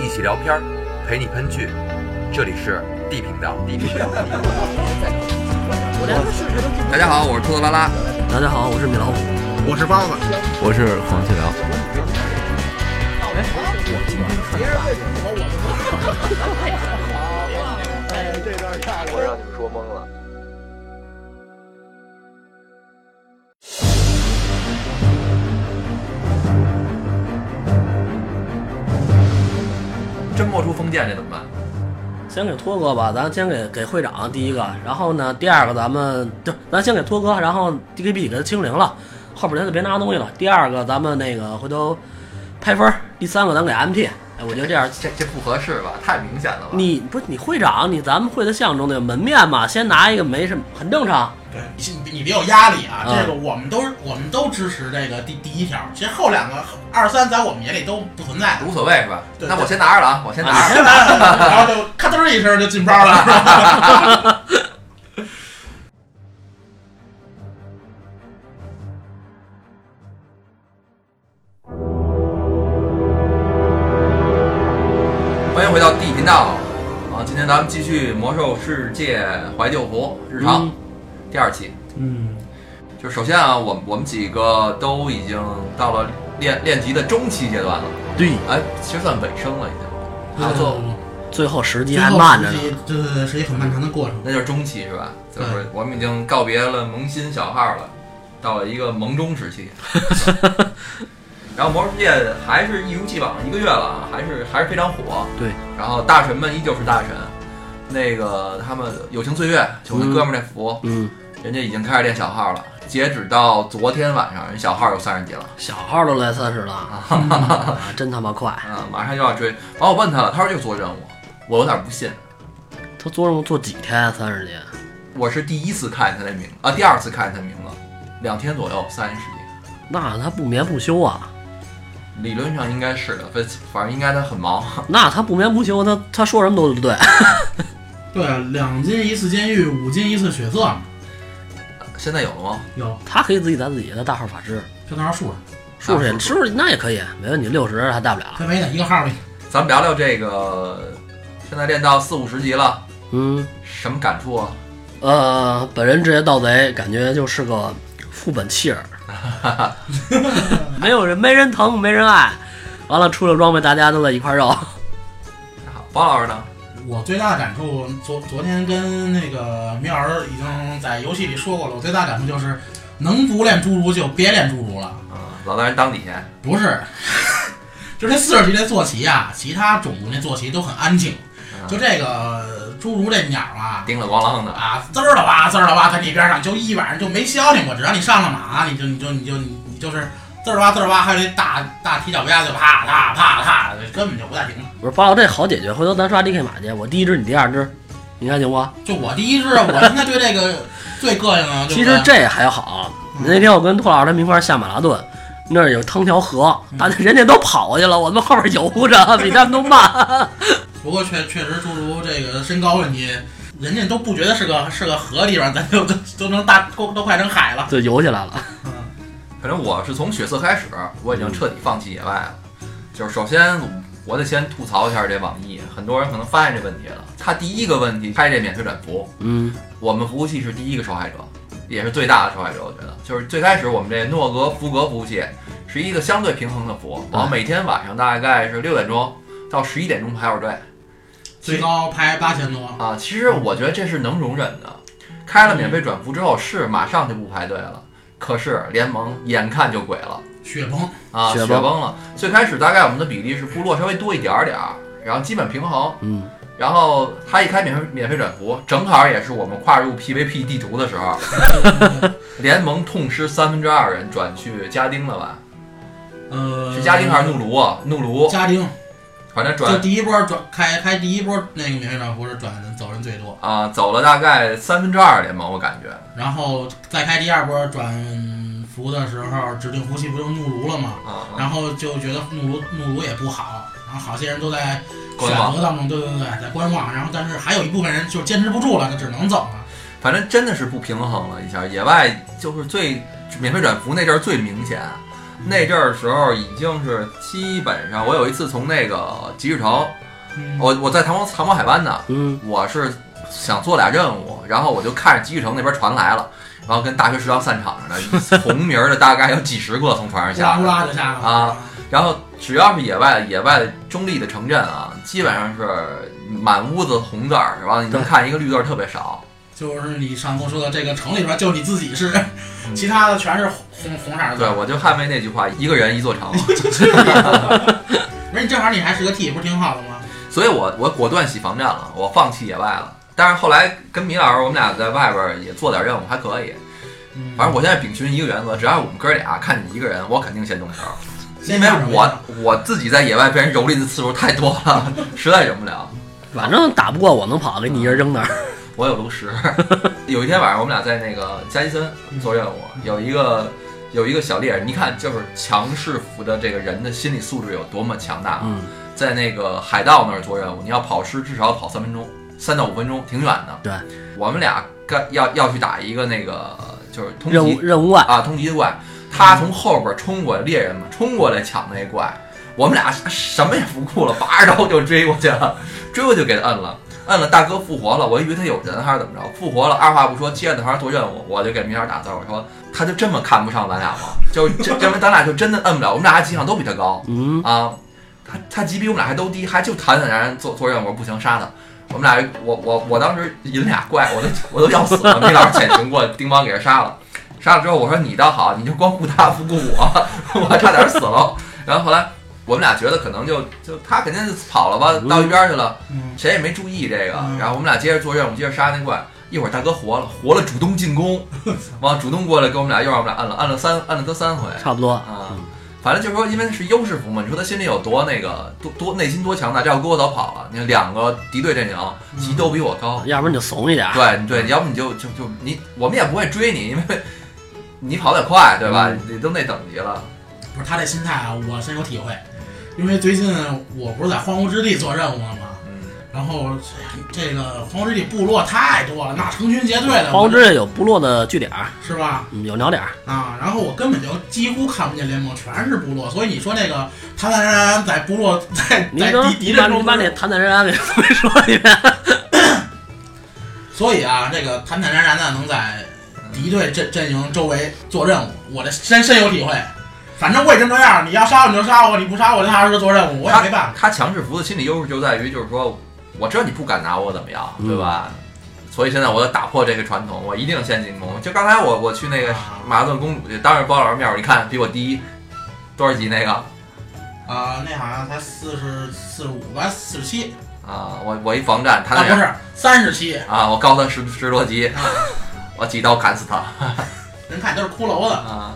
一起聊片儿，陪你喷剧。这里是 D 频道。D 频道。大家好，我是兔子拉拉。大家好，我是米老虎。我是包子，我是黄继辽。我让你们说懵了。真冒出封建这怎么办？先给托哥吧，咱先给给会长第一个，然后呢，第二个咱们就咱先给托哥，然后 DKB 给他清零了，后边咱就别拿东西了。第二个咱们那个回头拍分儿，第三个咱给 MT。哎，我觉得这样，这这不合适吧？太明显了吧？你不是你会长，你咱们会的象征那个门面嘛，先拿一个没什么，很正常。对你你别有压力啊！嗯这个我们都我们都支持这个第第一条，其实后两个二三在我们眼里都不存 在。啊无所谓是吧？对那我先拿着了啊，我先拿着。啊你先来，然后就咔噔一声就进包了，是吧？欢迎回到地频道啊！今天咱们继续《魔兽世界怀旧服》日常、嗯第二期。嗯，就首先啊，我们我们几个都已经到了练练级的中期阶段了，对，哎，其实算尾声了已经。然后做嗯最后十级最还后慢着是呢。一对对对，是一很漫长的过程。那就是中期是吧？就是对我们已经告别了萌新小号了，到了一个萌中时期。然后《魔兽世界》还是一如既往一个月了，啊，还是还是非常火。对，然后大神们依旧是大神，那个他们友情岁月，求那哥们儿那福，嗯，人家已经开始练小号了。截止到昨天晚上，人小号有三十级了小号都来三十了， 啊真他妈快！啊，马上就要追。然后我问他了，他说就做任务，我有点不信。他做任务做几天啊？三十级？我是第一次看见他的名啊，第二次看见他的名字，两天左右三十级。那他不眠不休啊？理论上应该是的，反反正应该他很忙。 那他不眠不休，他他说什么都对。 对，两斤一次监狱，五斤一次血色嘛。现在有了吗？有，他可以自己打自己的大号法师，就那数上，是不是啊也？是不是那也可以？没问题，六十还大不了。他唯一的一个号呗。咱们聊聊这个，现在练到四五十级了，嗯，什么感触啊？嗯呃，本人这些盗贼感觉就是个副本 弃儿，没有人没人疼，没人爱。完了，出了装备，大家都在一块肉。好，包老师呢？我最大的感触，昨昨天跟那个米老师已经在游戏里说过了，我最大的感触就是，能不练侏儒就别练侏儒了。啊，老男人当底下，不是， 就这四十级这坐骑啊，其他种族那坐骑都很安静，嗯就这个侏儒这鸟啊。叮了咣啷的。啊，滋儿的哇，滋儿的哇，在你边上就一晚上就没消停过。只要你上了马，你就你就你就你你就是滋儿哇滋儿哇，还有那大大踢脚丫子，啪啪啪啪，根本就不带停。我说八这好解决，回头咱刷 DK 马去，我第一只，你第二只，你看行不？就我第一只，我现在对这个最膈应了。其对实不对嗯这还好。那天我跟兔老师他们一块儿下马拉顿，那儿有汤条河，嗯大家人家都跑过去了，我们后边游 着，比他们都慢。不过确确实侏儒这个身高问题，人家都不觉得是个是个河地方，咱就都都能大都都快成海了。就游起来了。反正我是从血色开始，我已经彻底放弃野外了。就是首先，我得先吐槽一下这网易，很多人可能发现这问题了。他第一个问题开这免费转服，嗯我们服务器是第一个受害者，也是最大的受害者。我觉得，就是最开始我们这诺格福格服务器是一个相对平衡的服务，对我每天晚上大概是六点钟到十一点钟排会儿队最高排八千多，啊。其实我觉得这是能容忍的。开了免嗯费转服之后，是马上就不排队了，可是联盟眼看就鬼了雪崩，啊，雪雪崩崩了。最开始大概我们的比例是部落稍微多一点儿点儿，然后基本平衡。嗯，然后他一开免费免费转服，正好也是我们跨入 PVP 地图的时候，联盟痛失三分之二人转去家丁了吧？呃，是家丁还是怒卢啊？怒卢，家丁，反正就转第一波转开开第一波那个免费转服是转走人最多，啊、走了大概三分之二联盟，我感觉然后再开第二波转服的时候，指定服器不就怒卢了吗？啊、然后就觉得怒卢怒卢也不好，然后好些人都在选观望择当中，对对对，在观望，然后但是还有一部分人就坚持不住了，就只能走了。反正真的是不平衡了一下。野外就是最免费转服那阵儿最明显，嗯那阵儿时候已经是基本上，我有一次从那个集市城，嗯我我在唐王唐王海湾呢，嗯，我是想做俩任务，然后我就看着集市城那边船来了，然后跟大学食堂散场似 的，同名儿的大概有几十个从船上呼下来，啦呼啦就下来了啊，然后只要是野外野外的中立的城镇啊，基本上是满屋子红字儿，然后你能看一个绿字儿特别少。就是你上次说的这个城里边就你自己是，嗯其他的全是红红色儿的字对，儿。我就捍卫那句话：一个人一座城。而你正好你还是个 T，不是挺好的吗？所以我我果断洗防战了，我放弃野外了。但是后来跟米老师，我们俩在外边儿也做点任务，还可以。嗯反正我现在秉持一个原则，只要我们哥俩看你一个人，我肯定先动手，因先为下手为我强我自己在野外被人蹂躏的次数太多了， 实在忍不了。反正打不过我能跑，给你一人扔那儿。我有炉 石。有一天晚上，我们俩在那个加西森嗯做任务，有一个有一个小猎人，你看就是强势服的这个人的心理素质有多么强大啊！嗯，在那个海盗那儿做任务，你要跑尸至少跑三分钟，三到五分钟，挺远的。对，我们俩干要要去打一个那个就是通任务缉任务外，啊通缉怪，他从后边冲过来，猎人嘛冲过来抢那怪，我们俩什么也不顾了，拔着刀就追过去了，追过去给他摁了。摁了，大哥复活了，我以为他有人还是怎么着，复活了，二话不说接着他做任务，我就给明儿打字，我说他就这么看不上咱俩吗？就这，认为咱俩就真的摁不了，我们俩还级上都比他高，嗯，啊，他他级比我们俩还都低，还就坦坦然然做做任务，不行杀他。我们俩，我我我当时引俩怪，我都我都要死了。那老师潜行过，叮咣给人杀了。杀了之后，我说你倒好，你就光顾他不顾我，我还差点死了。然后后来我们俩觉得可能就就他肯定是跑了吧，到一边去了，嗯谁也没注意这个嗯。然后我们俩接着做任务，接着杀那怪。一会儿大哥活了，活了主动进攻，完了主动过来给我们俩又让我们俩按了按了三按了他三回。差不多。啊嗯，反正就是说，因为是优势服嘛，你说他心里有多那个，多多内心多强大，这要给我早跑了。你看两个敌对阵营，级都比我高，要不然你就怂一点儿。对对，要不你就就就你，我们也不会追你，因为你跑得快，对吧？你都那等级了，不是他这心态啊，我深有体会，因为最近我不是在荒芜之地做任务了吗？嗯，然后这个荒芜之地部落太多了，那成群结队的，荒之也有部落的据点儿，是吧？嗯有鸟点儿。啊，然后我根本就几乎看不见联盟，全是部落，所以你说那个坦坦然然在部落在你在等敌敌你人把中你把不那是坦坦然 然给重新说一遍。所以啊，这个坦坦然然的能在敌对阵阵营周围做任务，我这深深有体会。反正我也真这样，你要杀我你就杀我，你不杀我就踏实地做任务，我也没办法。嗯他强制服的心理优势就在于，就是说，我知道你不敢拿我怎么样，嗯对吧？所以现在我要打破这个传统，我一定先进攻。就刚才我我去那个马顿公主去，当着包老师面儿，你看比我低多少级那个？啊、那好像才四十四十五吧，四十七啊，我我一防战，他啊，那样不是三十七啊，我高他十十多级，啊，我几刀砍死他人看都是骷髅的。啊！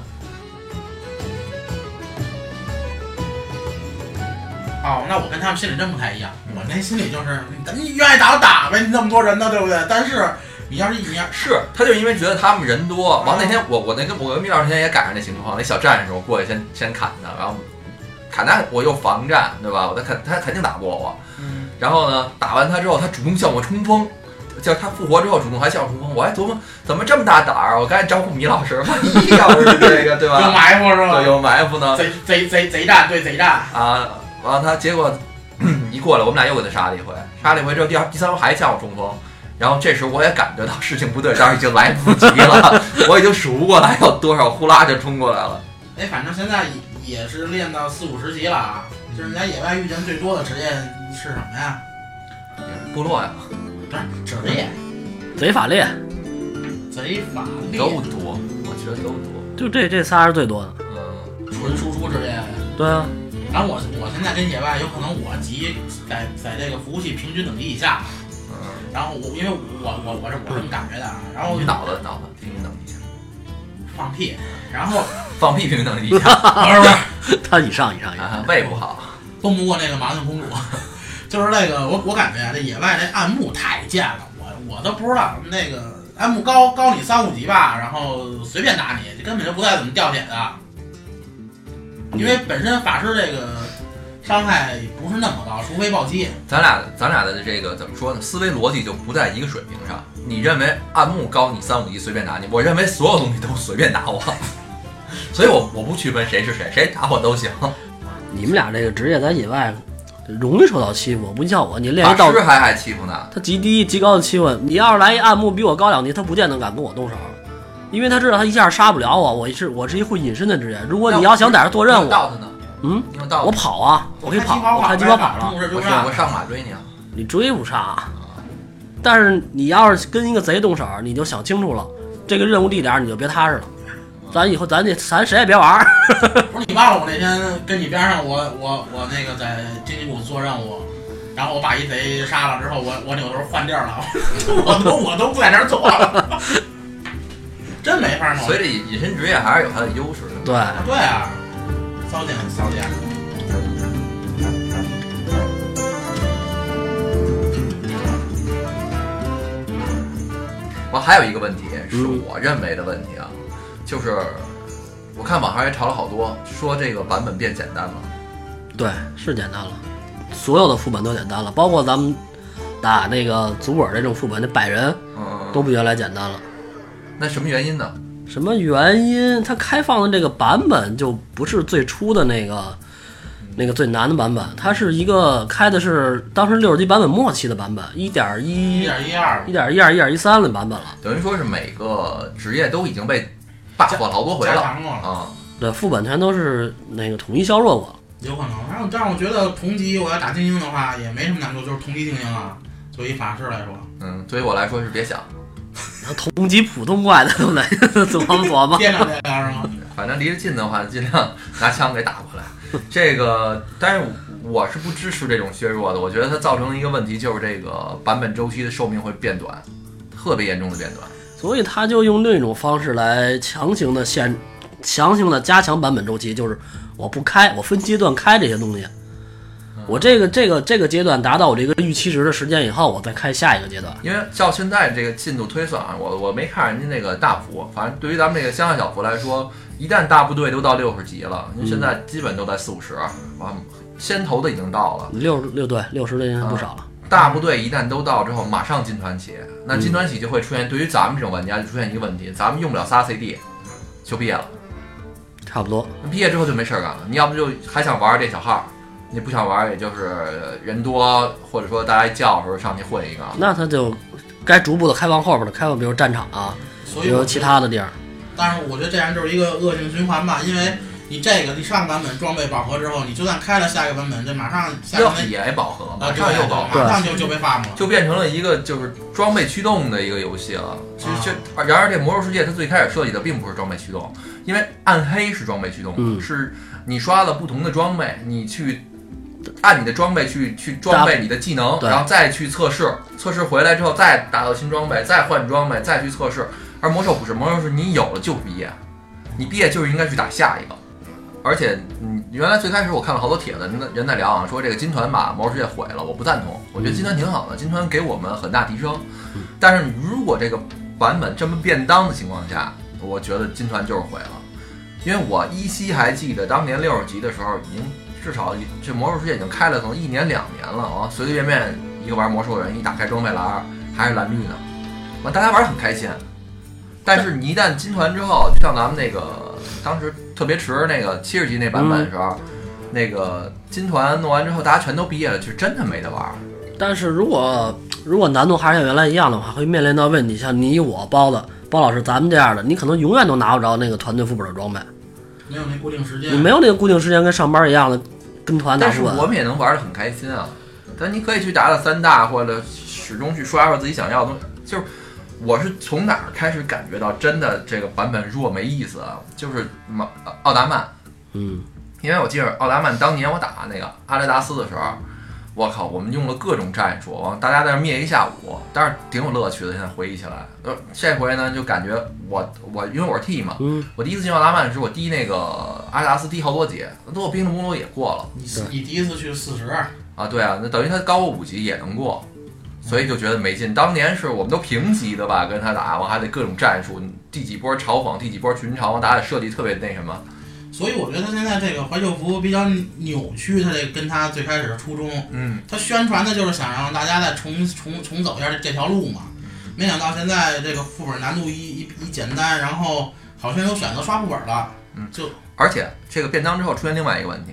哦，那我跟他们心里真不太一样，我那心里就是，你愿意打就打呗，你那么多人呢，对不对？但是你要是一年，是，他就因为觉得他们人多，完嗯那天我我那跟我跟米老师那天也赶上那情况，那小战士我过去先先砍他，然后砍他我又防战，对吧？我他肯他肯定打不过我，嗯，然后呢，打完他之后，他主动向我冲锋，叫他复活之后主动还向我冲锋，我还琢磨怎么这么大胆儿，我刚才招呼 米老师，万一要是这个对有 吧？埋伏是对吧？有埋伏呢贼贼贼贼战对贼战，啊，完了他结果 一过来，我们俩又给他杀了一回，杀了一回之后，第二第三回还向我冲锋。然后这时候我也感觉到事情不对，但是已经来不及了，我已经数不过来有多少，呼啦就冲过来了。哎，反正现在也是练到四五十级了啊。就是你在野外遇见最多的职业是什么呀？部落呀，不是职业，贼法力，贼法力，都多，我觉得都多。就这这仨是最多的。嗯，纯输出职业。对啊，然后我我现在跟野外有可能我级在在这个服务器平均等级以下，嗯，然后我因为我我我是我这么感觉的啊，然后你脑子脑子平均等级，放屁，然后 放屁平均等级不是不是 他以上以上以上。啊，胃不好。崩不过那个麻将公主， 就是那个我我感觉啊，这野外这暗幕太贱了，我我都不知道那个暗幕高高你三五级吧，然后随便打你，根本就不带怎么掉血的，因为本身法师这个伤害不是那么高，除非暴击。咱俩咱俩的这个怎么说呢？思维逻辑就不在一个水平上。你认为暗木高你三五级随便打你，我认为所有东西都随便打我。 所以我我不区分谁是谁，谁打我都行。你们俩这个职业在野外容易受到欺负，不像我，你练法一道师还爱欺负呢，他极低极高的欺负，你要是来一暗木比我高两级，他不见得敢跟我动手，因为他知道他一下杀不了我。我是我是一会隐身的职业，如果你要想在这做任你有务，道子呢？嗯，你有道我子，跑啊，我可以跑，我开开鸡鸡巴毛跑了，了，木是我就是上我上马追你啊！你追不上。但是你要是跟一个贼动手，你就想清楚了，这个任务地点你就别踏实了。咱以后咱这咱谁也别玩儿，不是你忘了我那天跟你边上我我我那个在金鸡谷做任务，然后我把一贼杀了之后，我我扭头换地儿了， 我都我都不在那儿做了，真没法弄所。以这隐身职业还是有它的优势的。对，对啊，骚点骚点。我还有一个问题是嗯我认为的问题啊，就是我看网上也吵了好多，说这个版本变简单了。对，是简单了，所有的副本都简单了，包括咱们打那个祖本这种副本，那百人嗯，都比原来简单了。那什么原因呢？什么原因？它开放的这个版本就不是最初的那个那个最难的版本，它是一个开的是当时六十级版本末期的版本，一点一一、点一二一点一二、一点一三的版本了。等于说是每个职业都已经被 buff 了好多回加了强过了，啊、对，副本全都是那个统一削弱过了。有可能。然后，但是我觉得同级我要打精英的话也没什么难度，就是同级精英啊，作为法师来说，嗯。嗯，对于我来说是别想，然后同级普通怪的都来 琢磨琢磨。掂量掂量是吗？反正离得近的话，尽量 拿枪给打过来。这个，但是我是不支持这种削弱的。我觉得它造成了一个问题，就是这个版本周期的寿命会变短，特别严重的变短。所以他就用另一种方式来强行的限，强行的加强版本周期，就是我不开，我分阶段开这些东啊西。我这个这个这个阶段达到我这个预期值的时间以后，我再开下一个阶段。因为照现在这个进度推算啊，我我没看人家那个大幅，反正对于咱们这个乡下小幅来说，一旦大部队都到六十级了，因为现在基本都在四五十，完先头的已经到了，六十六对六十的应该不啊少了。大部队一旦都到之后，马上进团起，那进团起就会出现，对于咱们这种玩家就出现一个问题，咱们用不了仨 CD 就毕业了，差不多。那毕业之后就没事儿干了，你要不就还想玩这小号。你不想玩，也就是呃人多，或者说大家一叫的时候上去混一个。那他就该逐步的开放后边的开放，比如战场啊，所比以如我其他的地儿。但是我觉得这样就是一个恶性循环吧，因为你这个你上版本装备饱和之后，你就算开了下一个版本，这马上下一个要版是本也饱和，啊马对上又饱和马，上就就被 buff 了。就变成了一个就是装备驱动的一个游戏了。其实啊这，然而这魔兽世界它最开始设计的并不是装备驱动，因为暗黑是装备驱动，嗯是你刷了不同的装备，你去按你的装备去去装备你的技能，对然后再去测试，测试回来之后再打造新装备，再换装备，再去测试。而魔兽不是，魔兽是你有了就毕业，你毕业就是应该去打下一个。而且，嗯，原来最开始我看了好多帖子，人在人在聊啊，说这个金团把魔兽世界毁了，我不赞同。我觉得金团挺好的，金团给我们很大提升。但是如果这个版本这么便当的情况下，我觉得金团就是毁了，因为我依稀还记得当年六十级的时候，已经至少这魔兽世界已经开了可能一年两年了啊，随随便便一个玩魔兽的人一打开装备栏还是蓝绿呢，完大家玩得很开心。但是你一旦金团之后，就像咱们那个当时特别迟那个七十级那版本的时候，那个金团弄完之后，大家全都毕业了，就真的没得玩儿。但是如果如果难度还是像原来一样的话，会面临到问题，像你我包子包老师咱们这样的，你可能永远都拿不着那个团队副本的装备，没有那固定时间，你没有那个固定时间跟上班一样的跟团打啊但是副我本。们也能玩的很开心啊。但你可以去打打三大，或者始终去刷刷自己想要的东西。就是我是从哪儿开始感觉到真的这个版本弱没意思啊？就是马呃奥达曼，嗯，因为我记得奥达曼当年我打那个阿雷达斯的时候，我靠，我们用了各种战术，往大家在那儿灭一下午，但是挺有乐趣的。现在回忆起来，呃，这回呢就感觉我我因为我是 T 嘛，嗯我第一次进奥达曼是我低那个阿雷达斯低好多级，那我冰的摩罗也过了。你你第一次去四十，啊，对啊，那等于他高我五级也能过，所以就觉得没劲。当年是我们都平级的吧，跟他打，我还得各种战术，第几波嘲讽，第几波群嘲，打的设计特别那什么。所以我觉得他现在这个怀旧服比较扭曲，他这跟他最开始的初衷，嗯，他宣传的就是想让大家再重重重走一下这这条路嘛。没想到现在这个副本难度一一一简单，然后好像有选择刷副本了，就而且这个变脏之后出现另外一个问题，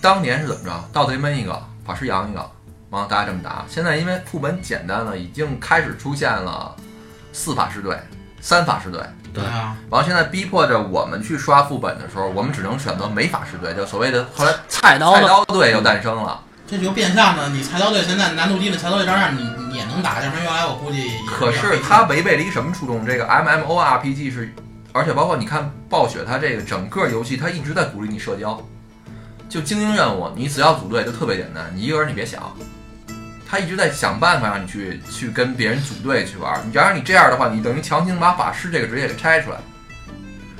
当年是怎么着？盗贼闷一个，法师扬一个，往大家这么打。现在因为副本简单了，已经开始出现了四法师队、三法师队。对啊，然后现在逼迫着我们去刷副本的时候，我们只能选择没法师队，就所谓的后来菜刀菜的，刀队又诞生了。这就变相的，你菜刀队现在难度低的菜刀队照样你你也能打，要不然原来我估计也比较可费是劲它违背了一个什么初衷？这个 MMORPG 是，而且包括你看暴雪，它这个整个游戏它一直在鼓励你社交，就精英任务，你只要组队就特别简单，你一个人你别想，他一直在想办法让你去去跟别人组队去玩。你假如你这样的话，你等于强行把法师这个职业给拆出来。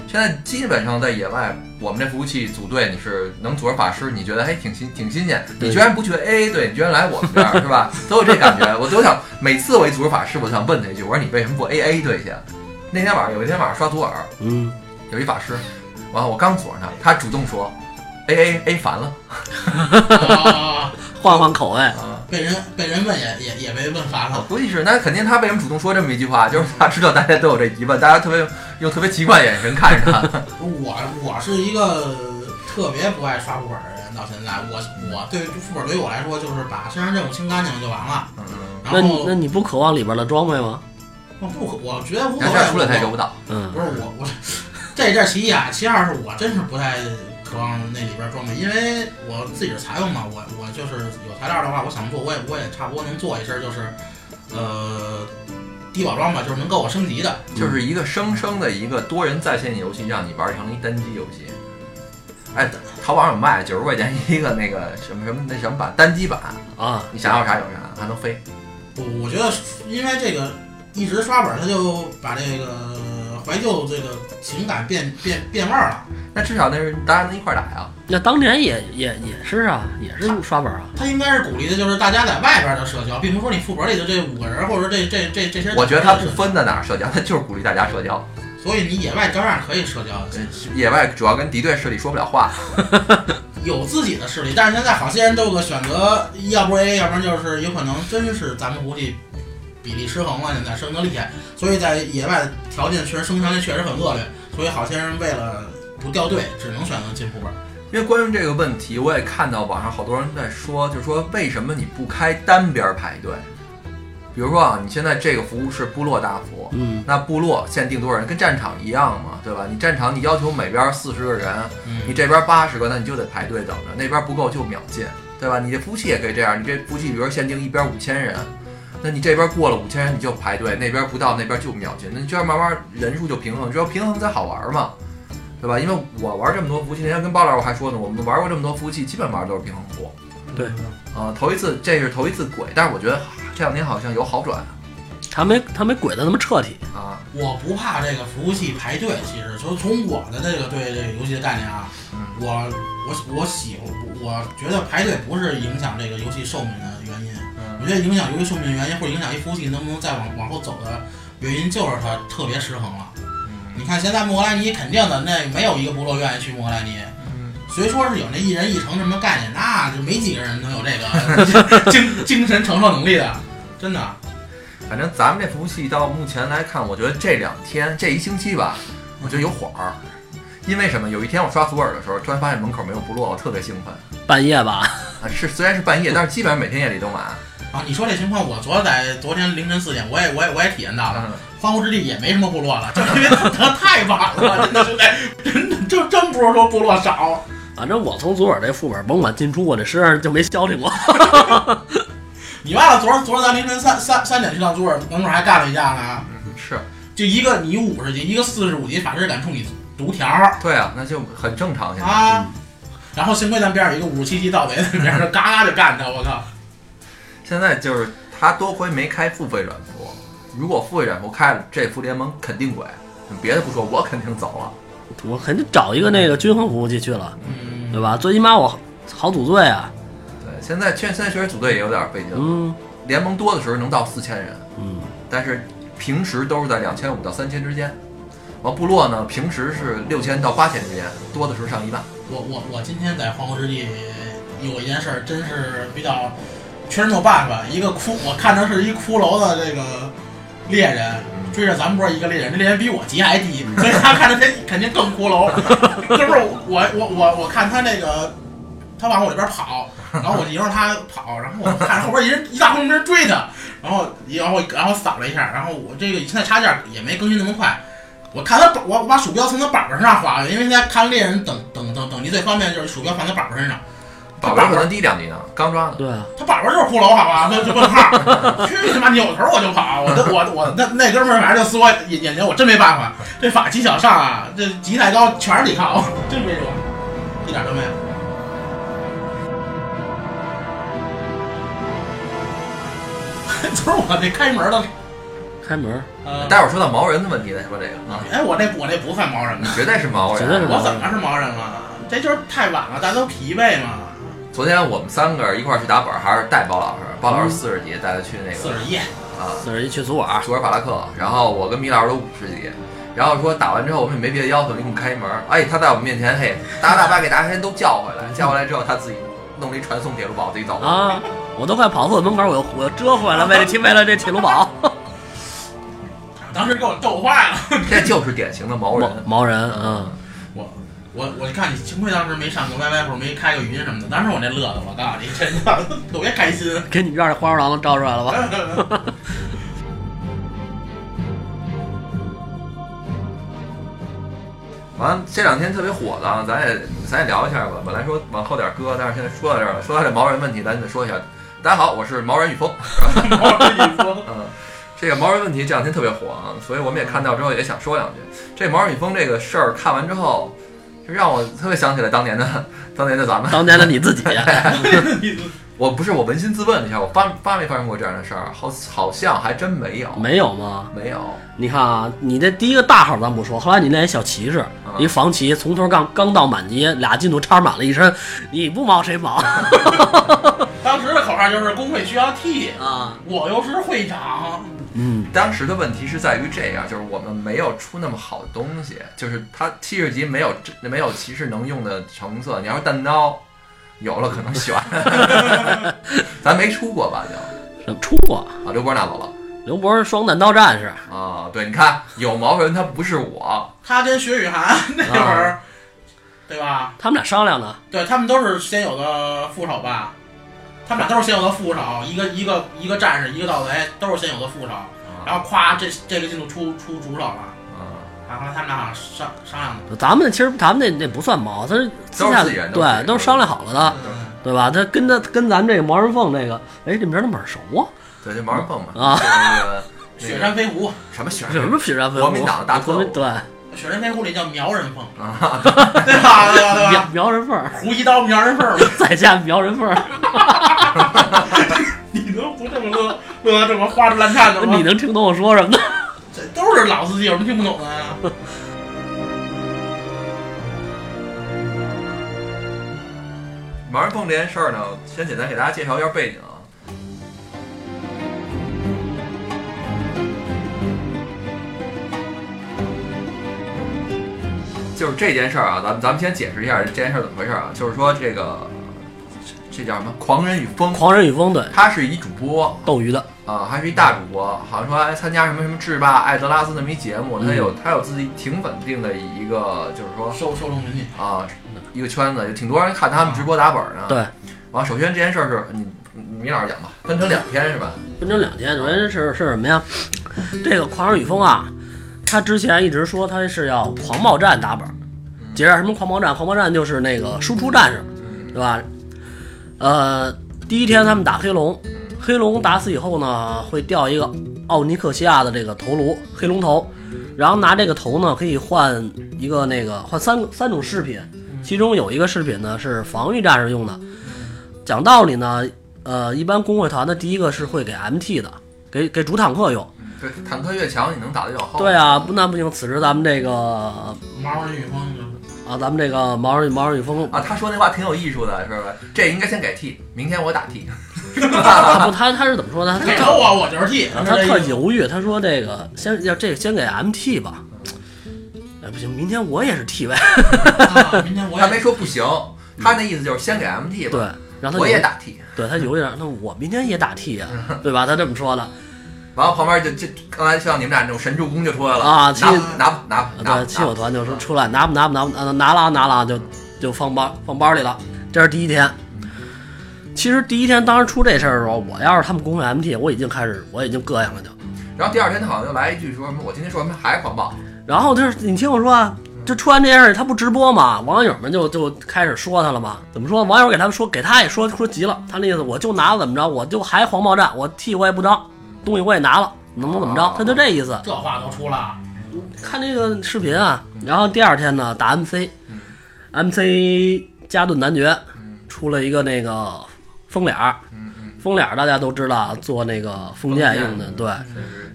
现在基本上在野外，我们这服务器组队，你是能组成法师，你觉得还挺新挺新鲜。对你居然不去 AA 队，你居然来我们这儿是吧？都有这感觉。我都想每次我一组织法师，我就想问他一句，我说你为什么不 AA 队去？啊那天晚上有一天晚上刷左耳，嗯，有一法师，完了我刚组上他，他主动说 AA A 烦了啊换换口味，啊。被人被人问也也也被问烦我了。估计啊是，那肯定他为什么主动说这么一句话，就是他知道大家都有这疑问，大家特别用特别奇怪的眼神看着他。我我是一个特别不爱刷副本的人，到现在我我对副本对于我来说就是把身上任务清干净就完了。嗯，然那你后那你不渴望里边的装备吗？我不可我觉得无然所后谓。出来他也我揉不到。嗯不是我我这这是其一啊，其二是我真是不太渴望那里边装备，因为我自己是裁缝嘛，我我就是有材料的话，我想做我也我也差不多能做一身，就是呃低保装吧，就是能够我升级的。就是一个生生的一个多人在线游戏，让你玩成一单机游戏。哎，淘宝上有卖，九十块钱一个那个什么什么那什么版单机版，啊，你想要啥有啥，还能飞。我我觉得因为这个一直刷本，他就把这个怀旧这个情感变变变味儿了。那至少那是大家能一块儿打呀。那当年也也也是啊，也是刷本啊，他应该是鼓励的就是大家在外边的社交，并不是说你副本里的这五个人或者这这这这些。我觉得他不，分在哪儿社交，他就是鼓励大家社交。所以你野外照样可以社交的。野外主要跟敌对势力说不了话，有自己的势力，但是现在好些人都有个选择，要不 A，要不然就是有可能真是咱们估计比例失衡了，现在生得厉害，所以在野外条件确实生存条件确实很恶劣，所以好些人为了不掉队，只能选择进副本。因为关于这个问题，我也看到网上好多人在说，就是说为什么你不开单边排队？比如说啊，你现在这个服务是部落大服，嗯，那部落限定多少人，跟战场一样嘛，对吧？你战场你要求每边四十个人，你嗯，这边八十个，那你就得排队等着，那边不够就秒进，对吧？你这服务器也可以这样，你这服务器比如说限定一边五千人，那你这边过了五千人你就排队，那边不到那边就秒进，那你这样慢慢人数就平衡，只要平衡才好玩嘛，对吧？因为我玩这么多服务器，人家跟包老师还说呢，我们玩过这么多服务器，基本玩的都是平衡服对啊、头一次这是头一次鬼，但是我觉得啊这两年好像有好转他没他没鬼的那么彻底，啊，我不怕这个服务器排队，其实就从我的这个对这个游戏的概念啊，嗯，我我我喜我觉得排队不是影响这个游戏寿命的原因，嗯我觉得影响由于寿命的原因，或者影响一服务器能不能再往往后走的原因，就是它特别失衡了。嗯你看现在莫格莱尼肯定的，那没有一个部落愿意去莫格莱尼。嗯，虽说是有那一人一城什么概念，那就没几个人能有这个精精神承受能力的，真的。反正咱们这服务器到目前来看，我觉得这两天这一星期吧，我觉得有火儿。因为什么？有一天我刷索尔的时候，突然发现门口没有部落，我特别兴奋半夜吧，啊！是虽然是半夜，但是基本上每天夜里都满。啊，你说这情况，我昨在昨天凌晨四点，我也我也我也体验到了，嗯，荒芜之地也没什么部落了，就因为它太晚了，真的兄弟，真的就真不是说部落少，反正我从左耳这副本，甭管进出我这身上就没消停过，你忘了昨儿昨儿咱凌晨三三三点去趟朱尔，门口还干了一架呢。嗯是就一个你五十级，一个四十五级，法师敢冲你读条儿对啊，那就很正常。现在，啊！然后幸亏咱边上有一个五十七级盗贼在那边，就嘎嘎就干他，我靠！现在就是他多亏没开付费软服，如果付费软服开了，这副联盟肯定鬼。别的不说，我肯定走了。我肯定找一个那个均衡服务器去了，对嗯，吧？最起码我好组队啊，对，现在现现在确实组队也有点费劲。嗯联盟多的时候能到四千人，嗯，但是平时都是在两千五到三千之间。完部落呢，平时是六千到八千之间，多的时候上一万。我我我今天在荒芜之地有一件事儿，真是比较确实没有办法。一个骷，我看着是一骷髅的这个猎人，追着咱们波一个猎人，这猎人比我级还低，所以他看着他肯定更骷髅。 哥们儿，我我我我看他那个，他往我这边跑，然后我就迎着他跑，然后我看后边一人一大红人追他，然后然后然后扫了一下，然后我这个现在插件也没更新那么快。我看他板，我我把鼠标从他板板上划了，因为现在看猎人等等等等级最方便就是鼠标放他板板身上，他宝板宝可板能低两级呢，刚抓的。对啊，他板板就是骷髅，好吧，那就问号，去他妈扭头我就跑，我都我我那那哥们儿反正就撕我眼眼睛，我真没办法，这法极小上啊，这级太高全是你靠， 真没辙，一点都没有。 就是我这开门的，开门儿呃，待会儿说到毛人的问题再说这个啊，哎，我这我这不算毛人你，绝对是毛绝对是人。毛我怎么是毛人了？这就是太晚了，大家都疲惫嘛。嗯昨天我们三个人一块儿去打本儿，还是带包老师，包老师四十级，带他去那四个十一，啊四十一去组馆儿，索尔法拉克，然后我跟米老师都五十级。然后说打完之后我们也没别的要求，你给我们开门儿。哎，他在我们面前嘿，打打把给大家先都叫回来，叫回来之后他自己弄了一传送铁路宝自己 走了。啊，我都快跑厕所门口，我又我又折回来了，为了为了这铁路堡，当时给我逗坏了。这就是典型的 毛毛 人。毛人，嗯，我我我看你幸亏当时没上个 YY 或者没开个语音什么的，当时我那乐的，我告诉你，真的特别开心。 嗯给你们院儿的黄鼠狼都招出 来了吧？完了这两天特别火的，啊，咱也咱也聊一下吧。本来说往后点搁，但是现在说到这儿了，说到这毛人问题，咱得说一下。大家好，我是毛人雨峰。我跟你说，嗯，这个毛人问题这两天特别火啊，所以我们也看到之后也想说两句。这毛人雨峰这个事儿看完之后，就让我特别想起来当年的当年的咱们。当年的 你自己，我不是我扪心自问一下，我发发没发生过这样的事儿？好，好像还真没有，没有吗？没有。你看啊，你这第一个大号咱不说，后来你那一小骑士，嗯一防骑，从头刚刚到满级，俩进度插满了一身，你不毛谁 毛当时的口号就是工会需要 T，啊？我又是会长，嗯，当时的问题是在于这样，就是我们没有出那么好的东西，就是它七十级没有没有骑士能用的成色。你要是弹刀，有了可能选，咱没出过吧？就什么出过？啊，刘波拿走了刘博是双弹刀战士，啊，对，你看有毛人他不是我，他跟薛雨涵那会儿，对吧？他们俩商量呢，对他们都是先有的副手吧，他们俩都是先有的副手，一个一个一个战士，一个盗贼，都是先有的副手，然啊，后夸这这个进度出出主手了，嗯然后他们俩好像商商量的，咱们其实咱们那那不算毛，他是私下都是自己人都是自己对，人都是商量好了的，嗯对吧？他跟他跟咱们这个毛人凤这个，哎，这名儿怎么耳熟啊？对，这毛人蹦嘛，啊 就是那个雪那山飞狐，个什么雪有什山么雪山飞狐？国民党的大特务国民对，雪山飞狐里叫苗人凤，啊， 对吧？对吧？对苗吧？苗人凤儿， 胡一刀苗人凤 嘛，在下苗人凤儿， 你能不这么乐乐得这么花枝乱颤的吗你？能听懂我说什么呢？ 这都是老司机，有什么听不懂啊的呀？啊毛人蹦这件事儿呢，先简单给大家介绍一下背景啊。就是这件事儿啊，咱们咱们先解释一下这件事儿怎么回事儿啊。就是说这个这这叫什么《狂人与风》，狂人与风对，他是一主播斗鱼的，啊、还是一大主播，好像说还参加什么什么制霸艾泽拉斯那么一节目，他有他有自己挺稳定的一个，就是说受受众群体，啊、一个圈子，有挺多人看他们直播打本儿呢。对。完、首先这件事儿是你你米老师讲吧，分成两篇是吧？分成两件，首先是是什么呀？这个狂人与风啊，他之前一直说他是要狂暴战打本儿，嗯结着什么狂暴战？狂暴战就是那个输出战士，对吧？呃，第一天他们打黑龙，黑龙打死以后呢，会掉一个奥尼克西亚的这个头颅，黑龙头，然后拿这个头呢可以换一个那个换三三种饰品，其中有一个饰品呢是防御战士用的。讲道理呢，呃，一般工会团的第一个是会给 MT 的，给给主坦克用。对，坦克越强，你能打得越好。对啊，不那不行。此时咱们这个啊，毛人与风就是咱们这个毛人毛人 与风，啊，他说那话挺有艺术的，是吧？这应该先改 T，明天我打 T。 啊他不他他是怎么说呢？他给特了我，我就是替，他是特这意思犹豫，他说这个先要这个先给 MT 吧。哎，不行，明天我也是 T 呗。啊明天我他也没说不行，他那意思就是先给 MT 吧，对，然后他我犹也打 T。 对他犹豫着，那我明天也打 T 呀、对吧？他这么说的。完了旁边就就刚才像你们俩那种神助攻就出来了啊拿亲拿拿拿对，亲友团就说出来拿不拿不拿不拿拿了啊拿了啊就就放包放包里了。这是第一天。其实第一天当时出这事儿的时候，我要是他们公司 MT，我已经开始我已经膈应了就。然后第二天他好像又来一句说什么我今天说什么还狂暴，然后就是你听我说啊，就出完这件事儿，他不直播嘛，网友们就就开始说他了嘛。怎么说？网友给他们说，给他也说说急了，他那意思我就拿了怎么着，我就还黄暴战，我替我也不张，东西我也拿了，能能怎么着？他就这意思。这话都出了，看这个视频啊，然后第二天呢打 MC，MC 加顿男爵出了一个那个风脸儿，嗯风脸儿大家都知道啊，做那个封建用的，对，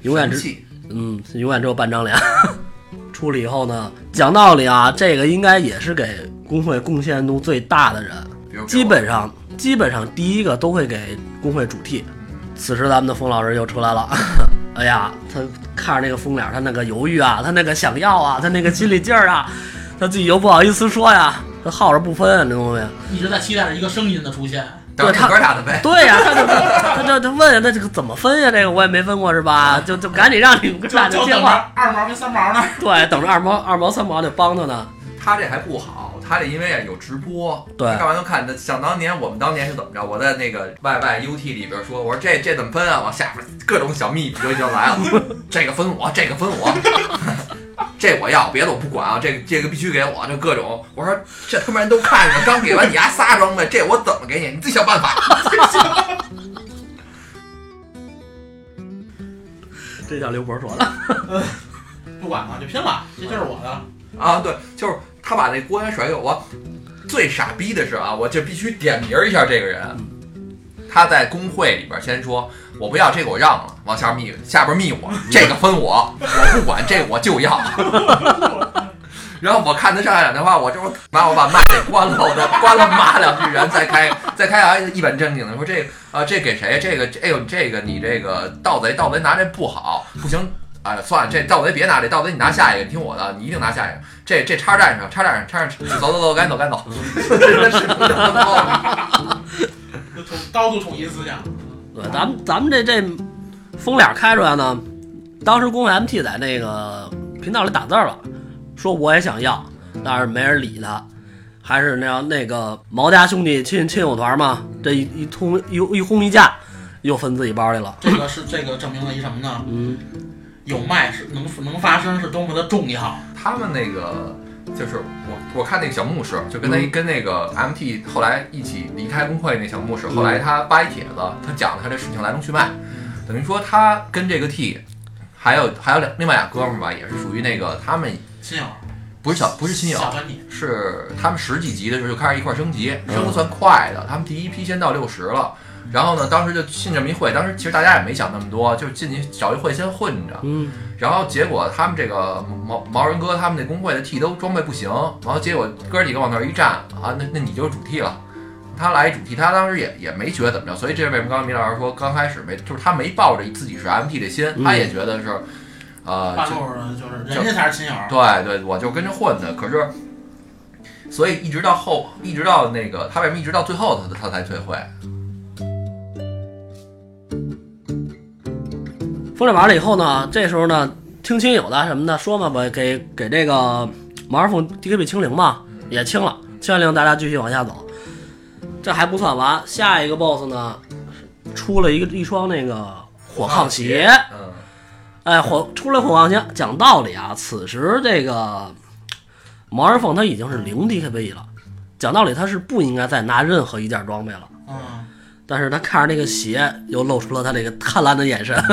永远神只器嗯，永远只有半张脸。 出了以后呢，讲道理啊，这个应该也是给工会贡献度最大的人，比如基本上基本上第一个都会给工会主替。此时咱们的冯老师又出来了， 哎呀，他看着那个风脸，他那个犹豫啊，他那个想要啊，他那个心里劲儿啊，他自己又不好意思说呀，他耗着不分啊，这东西。一直在期待着一个声音的出现。等着对他哥俩的呗，对呀、他就他就他问呀，那这个怎么分呀？这个我也没分过是吧？就就赶紧让你们就俩就就等接着话。二毛跟三毛呢， 对，等着二毛、二毛、三毛就帮他呢。他这还不好，他这因为有直播，对他干嘛都看。那想当年我们当年是怎么着？我在那个 YYUT 里边说，我说这这怎么分啊？往下边各种小秘诀就来了，这个分我，这个分我， 这我要，别的我不管啊，这个这个必须给我，这各种。我说这他妈人都看着，刚给完你还仨装备，这我怎么给你？你自己想办法。 这叫刘博说的。不管了，就拼了，这就是我的。啊，对，就是他把那锅源甩给我。我最傻逼的是啊，我就必须点名一下这个人。他在工会里边先说，我不要这个，我让了，往下密下边密我，这个分我，我不管，这我就要。 然后我看他上来两句话，我就说妈，我把麦给关了，我再关了骂两句，然后再开，再开啊，一本正经的说这个啊、这给谁？这个这哎呦，这个你这个盗贼，盗贼拿这不好，不行。哎，算了，这盗贼别拿这，盗贼你拿下一个，你听我的，你一定拿下一个。这这叉战上，叉战上，叉战上，走走走，赶紧走， 赶紧走。真是不能走就统高度统一思想， 对，咱们咱们这这风脸开出来呢，当时公会 MT 在那个频道里打字了，说我也想要，但是没人理他。还是那样那个毛家兄弟亲亲友团嘛，这一一通一一轰一架，又分自己包里了。这个是这个证明了一什么呢？嗯，有卖是能能发声是多么的重要。他们那个就是我，我看那个小牧师，就跟他、跟那个 MT 后来一起离开工会那小牧师，后来他发一帖子，他讲了他这事情来龙去脉，等于说他跟这个 T，还有还有两另外俩哥们儿吧，也是属于那个他们亲友不是小不是亲友，小团体，是他们十几级的时候就开始一块儿升级，升的算快的，他们第一批先到六十了。然后呢，当时就进这么一会，当时其实大家也没想那么多，就进去找一会先混着。嗯，然后结果他们这个毛毛人哥他们那工会的 T 都装备不行，然后结果哥几个往那儿一站啊，那那你就是主 T 了。他来主 T，他当时也也没觉得怎么着，所以这是为什么刚才米老师说刚开始没，就是他没抱着自己是 MT 的心，他也觉得是，呃，半就路就是人家才是亲友，对对，我就跟着混的。可是，所以一直到后，一直到那个他为什么一直到最后他他才退会？风脸完了以后呢，这时候呢，听亲友的什么的说嘛，我给给这个毛二凤 DKB 清零嘛，也清了，清完零大家继续往下走。这还不算完，下一个 BOSS 呢，出了一个一双那个火抗抗鞋鞋，嗯，哎，火出了火抗鞋。讲道理啊，此时这个毛二凤他已经是零 DKB 了，讲道理他是不应该再拿任何一件装备了，嗯，但是他看着那个鞋，又露出了他这个贪婪的眼神。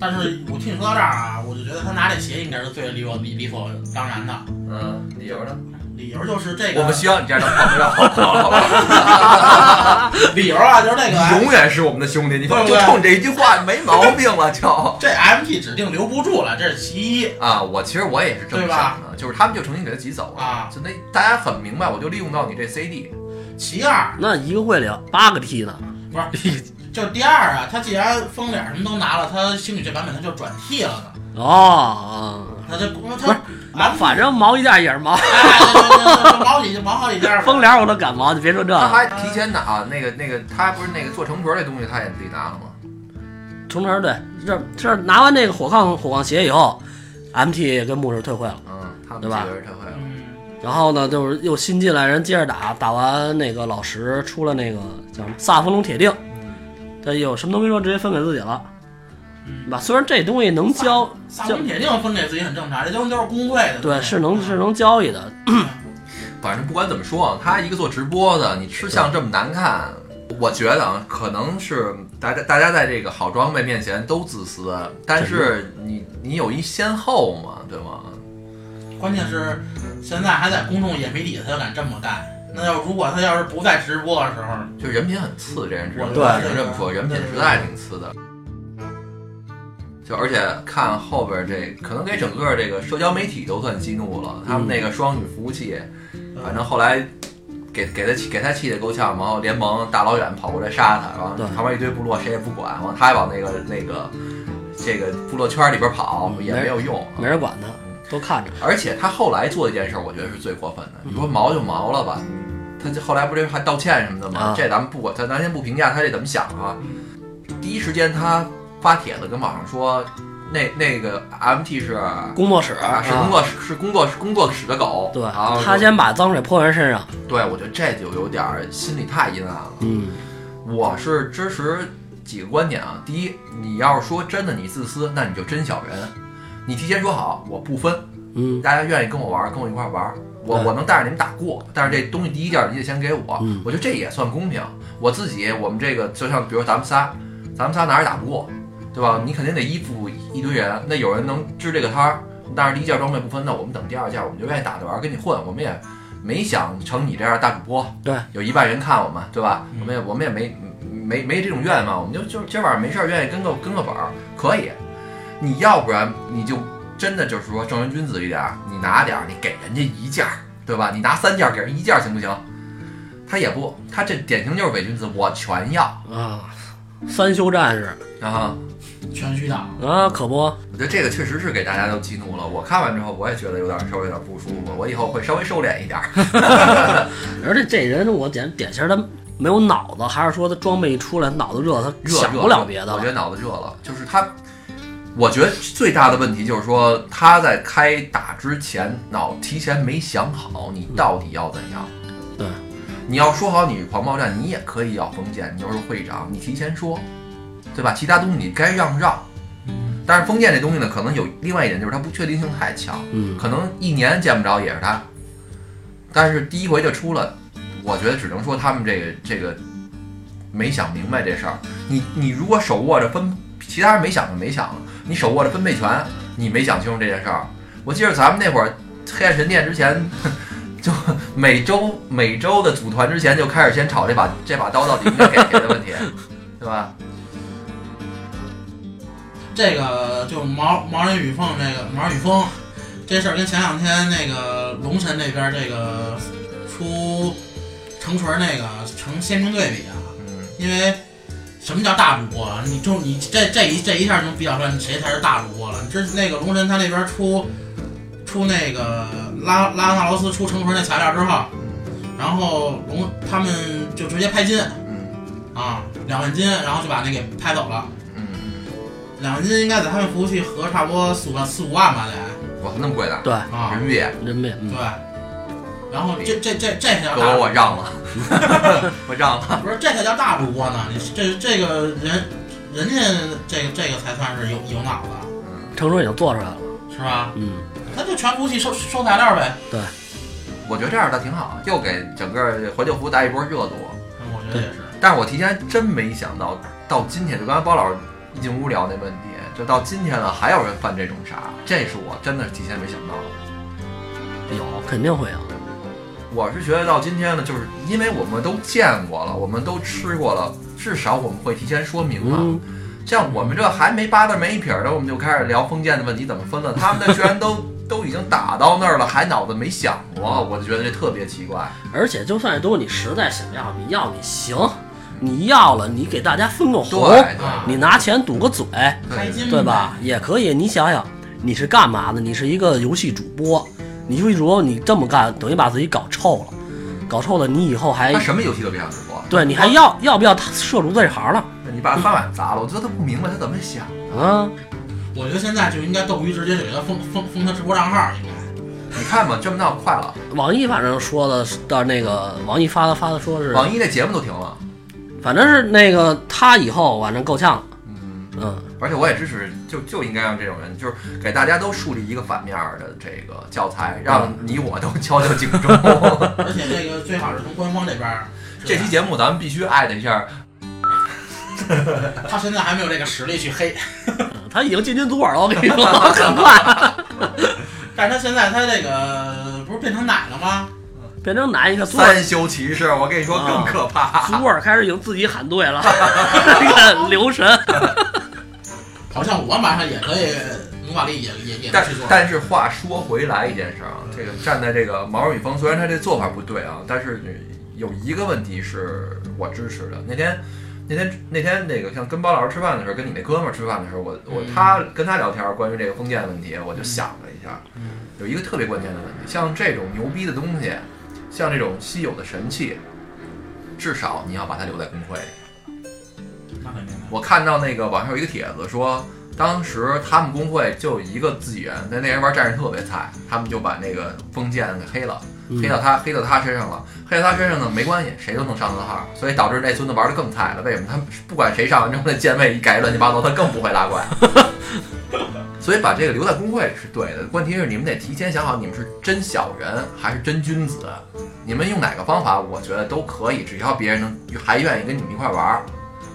但是我听你说到这儿啊，我就觉得他拿这鞋应该是最理我理理所当然的，嗯，理由呢？理由就是这个，我们需要你这样的朋友，好不好？ 理由啊，就是这你个永远是我们的兄弟，你就对不对冲你这一句话没毛病了就。这 MT 指定留不住了，这是其一啊，我其实我也是这么对吧想的，就是他们就重新给他挤走了，啊，就那大家很明白，我就利用到你这 CD，其二那一个会领八个 T 呢？不是，就是第二啊，他既然风脸什么都拿了，他兴许这版本他就转替了呢，哦，他这他不是毛反正毛一件也是毛，哎，对对对对对毛几毛好几件儿吧，风帘我都敢毛，你别说这他个。还提前拿、啊、那个那个，他不是那个做成盒这东西，他也自己拿了吗？重名儿对，这这拿完这个火抗火抗鞋以后，MT 跟牧师退会了。嗯，他们对吧几个人退会了，嗯，然后呢，就是又新进来人接着打，打完那个老石出了那个叫什么萨风龙铁定，这有什么都没说，直接分给自己了，对吧？虽然这东西能交，萨交蒙铁定分给自己很正常，这东西都是工会的东西。啊对，是能是能交易的，反正不管怎么说啊，他一个做直播的，你吃相这么难看，我觉得啊，可能是大家大家在这个好装备面前都自私，但是你你有一先后嘛，对吗？关键是现在还在公众眼皮底下，他就敢这么干。那要如果他要是不在直播的时候，就人品很次，这人只能我只对能这么说，人品实在挺次的。就而且看后边这，可能给整个这个社交媒体都算激怒了。他们嗯那个双语服务器，反正后来给给他气给他气得够呛，然后联盟大老远跑过来杀他，然后对旁边一堆部落谁也不管，然后他还往那个那个这个部落圈里边跑，嗯也没有用。没人管他，都看着。而且他后来做一件事儿，我觉得是最过分的。嗯你说毛就毛了吧，他这后来不是还道歉什么的吗？啊这咱们不管，咱咱先不评价他这怎么想啊。第一时间他发帖子跟网上说，那那个 MT 是工作室啊是工作室、是工作是工作室啊的狗，对然后，他说先把脏水泼人身上，对我觉得这就有点儿心里太阴暗了。嗯，我是支持几个观点啊。第一，你要是说真的你自私，那你就真小人。你提前说好，我不分，嗯，大家愿意跟我玩儿，跟我一块儿玩儿，我对我能带着你们打过，但是这东西第一件儿你得先给我，嗯我觉得这也算公平。我自己，我们这个就像比如咱们仨，咱们仨哪儿也打不过，对吧？你肯定得依附一堆人，那有人能支这个摊儿，但是第一件儿装备不分，那我们等第二件儿，我们就愿意打着玩儿跟你混，我们也没想成你这样的大主播，对，有一万人看我们，对吧？嗯我们也我们也没没没这种愿望，我们就就今晚上没事儿愿意跟个跟个本儿，可以。你要不然你就真的就是说正人君子一点儿，你拿点儿，你给人家一件儿，对吧？你拿三件儿给人一件儿行不行？他也不，他这典型就是伪君子，我全要啊，三修战士啊！全虚党。啊，可不，我觉得这个确实是给大家都激怒了。我看完之后，我也觉得有点稍微有点不舒服，我以后会稍微收敛一点儿。而且这人我典典型儿他没有脑子，还是说他装备一出来脑子热，他热想热不了别的我觉得了。脑子热了，就是他，我觉得最大的问题就是说他在开打之前脑提前没想好你到底要怎样。嗯对，你要说好你狂暴战，你也可以要封建，你又是会长，你提前说，对吧？其他东西你该让让。嗯但是封建这东西呢，可能有另外一点就是它不确定性太强，嗯，可能一年见不着也是他，但是第一回就出了，我觉得只能说他们这个这个没想明白这事儿。你你如果手握着分，其他人没想就没想，你手握着分配权，你没想清楚这件事儿。我记得咱们那会儿黑暗神殿之前，就每周每周的组团之前就开始先吵这把这把刀到底应该给谁的问题，对吧？这个就毛毛人雨凤这个毛人雨风这事儿，跟前两天那个龙神这边这个出成锤儿那个成鲜明对比啊，嗯，因为什么叫大主播啊？你就你这这一这一下就比较出来谁才是大主播了。这那个龙神他那边出出那个拉拉纳罗斯出成锤那材料之后，然后龙他们就直接拍金嗯啊两万金，然后就把那给拍走了。嗯两万金应该在他们服务器合差不多四五万四五万吧得嗯，哇，那么贵的对，啊，人民币人民币，嗯对。然后这这这这才叫都大给主我播，让了， 我让了。不是这才叫大主播呢。你这这个人人家这个这个才算是有有脑子，成熟已经做出来了，是吧？嗯，他就全服务器收收材料呗，我觉得这样倒挺好，又给整个怀旧服带一波热度。我觉得也是。但是我提前真没想到，到今天就刚才包老师一进屋聊那问题，就到今天了，还有人犯这种傻，这是我真的是提前没想到的。有肯定会有，我是觉得到今天呢，就是因为我们都见过了，我们都吃过了，至少我们会提前说明了。嗯，像我们这还没扒到没一撇儿的，我们就开始聊封建的问题怎么分了。他们那居然 都都已经打到那儿了，还脑子没想过，我就觉得这特别奇怪。而且就算这东西你实在想要，你要你行，你要了你给大家分个对红，对啊你拿钱堵个嘴，开金对吧？？也可以，你想想你是干嘛的？你是一个游戏主播，你游戏主播你这么干，等于把自己搞臭了。搞臭了，你以后还他什么游戏都别想直播。对你还要要不要涉足这行了那你把饭碗砸了，我觉得他不明白他怎么想。啊？我觉得现在就应该斗鱼直接就给他封封封他直播账号，应 该你看吧，这么闹快了，网易反正说的是到那个网易发的发的说是，网易那节目都停了。反正是那个他以后反正够呛了，嗯，嗯，而且我也支持，就就应该让这种人，就是给大家都树立一个反面的这个教材，让你我都 敲敲警钟。而且那个最好是从官方这边儿。这期节目咱们必须艾特一下，他现在还没有这个实力去黑， 他已经进军组耳了，我跟你说，很快但是他现在他这个不是变成奶了吗？变成男一个 组耳，三休骑士，我跟你说更可怕。组耳开始已经自己喊对了， 那个留神，好像我马上也可以，努瓦利也也也但去做。但是话说回来一件事儿啊，嗯这个站在这个毛宇峰，虽然他这做法不对啊，但是有一个问题是我支持的。那天那天那天那个像跟包老师吃饭的时候，跟你那哥们儿吃饭的时候，我我嗯他跟他聊天儿关于这个封建问题，我就想了一下，嗯有一个特别关键的问题，像这种牛逼的东西，像这种稀有的神器，至少你要把它留在工会里。那肯定的，我看到那个网上有一个帖子说，当时他们工会就有一个自己人，但那人玩战士特别菜，他们就把那个封建给黑了，黑到他黑到他身上了，黑到他身上呢没关系，谁都能上得号，所以导致那孙子玩的更菜了。为什么？他不管谁上完之后，那键位一改乱七八糟，他更不会拉怪。所以把这个留在工会里是对的，问题是你们得提前想好，你们是真小人还是真君子。你们用哪个方法，我觉得都可以，只要别人能还愿意跟你们一块玩儿。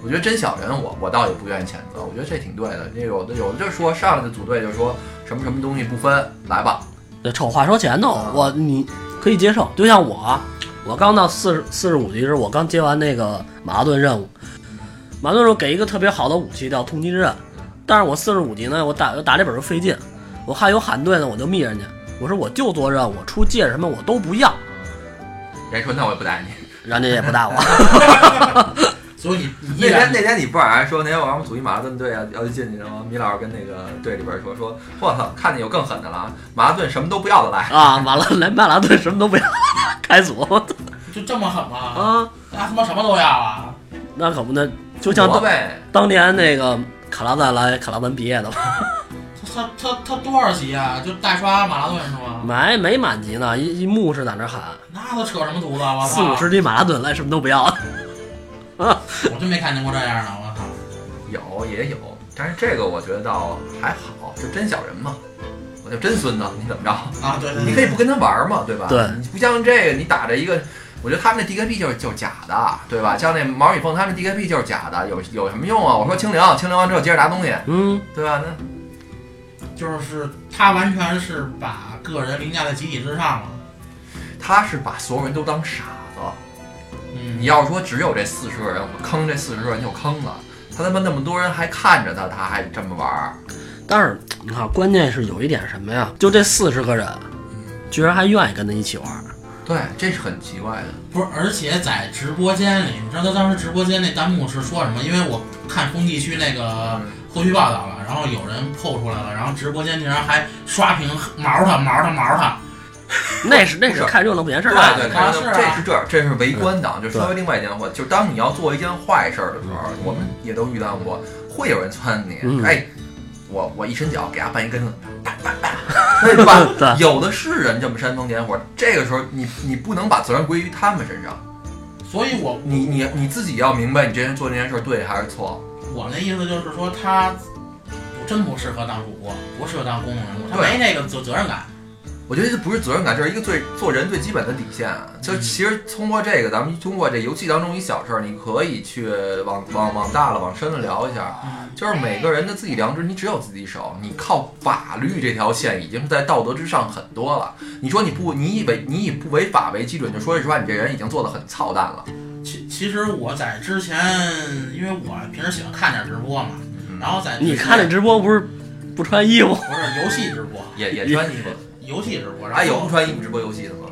我觉得真小人我，我倒也不愿意谴责，我觉得这挺对的。那有的有的就说上来就组队就说什么什么东西不分，来吧，这丑话说前头，我你可以接受，就像我，我刚到四十四十五级时，我刚接完那个马拉顿任务，马拉顿任务给一个特别好的武器叫痛击之刃，但是我四十五级呢，我打打这本就费劲，我看有喊队呢，我就密人家，我说我就做任务，出戒指什么我都不要，人家说那我也不带你。人家也不打我， 所以你你依那天然那天你不是还说那天我让我们组一马拉顿队啊，要进去了吗？米老师跟那个队里边说说，我操，看见有更狠的了，啊！马拉顿什么都不要的来。啊，完了来曼拉顿什么都不要， 开组就这么狠吗？啊，那他妈什么都要啊！那可不呢，就像我当呗，当年那个卡拉赞来卡拉赞毕业的嘛，他他他他多少级啊？就代刷马拉顿是吗？没没满级呢，一一幕是在那喊。那他扯什么犊子啊！我四操五，十斤马拉顿来什么都不要，我真没看见过这样的，我操！有也有，但是这个我觉得倒还好，就真小人嘛，我就真孙子，你怎么着？啊，对对你可以对，不跟他玩儿嘛，对吧？对你不像这个，你打着一个，我觉得他们那 DKP 就是就是假的，对吧？像那毛宇凤他们 DKP 就是假的，有有什么用啊？我说清零，清零完之后接着拿东西，嗯，对吧？那就是他完全是把个人凌驾在集体之上了。他是把所有人都当傻子。嗯你，要说只有这四十个人，我坑这四十个人就坑了，他他妈那么多人还看着他，他还这么玩儿，但是你看，关键是有一点什么呀？就这四十个人，居然还愿意跟他一起玩儿，对，这是很奇怪的。不是，而且在直播间里，你知道他当时直播间那弹幕是说什么？因为我看风地区那个嗯后续报道了，然后有人破出来了，然后直播间竟然还刷屏毛他毛他毛他，那是那不是是看热闹不嫌事儿大。对对，啊是啊这是这，这是围观啊党，就说另外一件话，就是当你要做一件坏事儿的时候，我们也都遇到过，会有人撺你，嗯哎，我我一伸脚给他绊一跟头，叭叭叭， 对吧？对有的是人这么煽风点火，这个时候你你不能把责任归于他们身上，所以我你你你自己要明白你这人做这件事儿对还是错。我那意思就是说他不真不适合当主播，不适合当公众人物，他对没那个责责任感。我觉得这不是责任感，这是一个最做人最基本的底线啊。就其实通过这个，咱们通过这游戏当中一小事儿，你可以去往往往大了、往深了聊一下。就是每个人的自己良知，你只有自己手。你靠法律这条线已经是在道德之上很多了。你说你不，你以为你以不违法为基准，就说实话，你这人已经做的很操蛋了。其其实我在之前，因为我平时喜欢看点直播嘛，然后在你看那直播不是不穿衣服，不是游戏直播， 也也穿衣服，游戏直播，然哎，有不后穿衣服直播游戏的吗？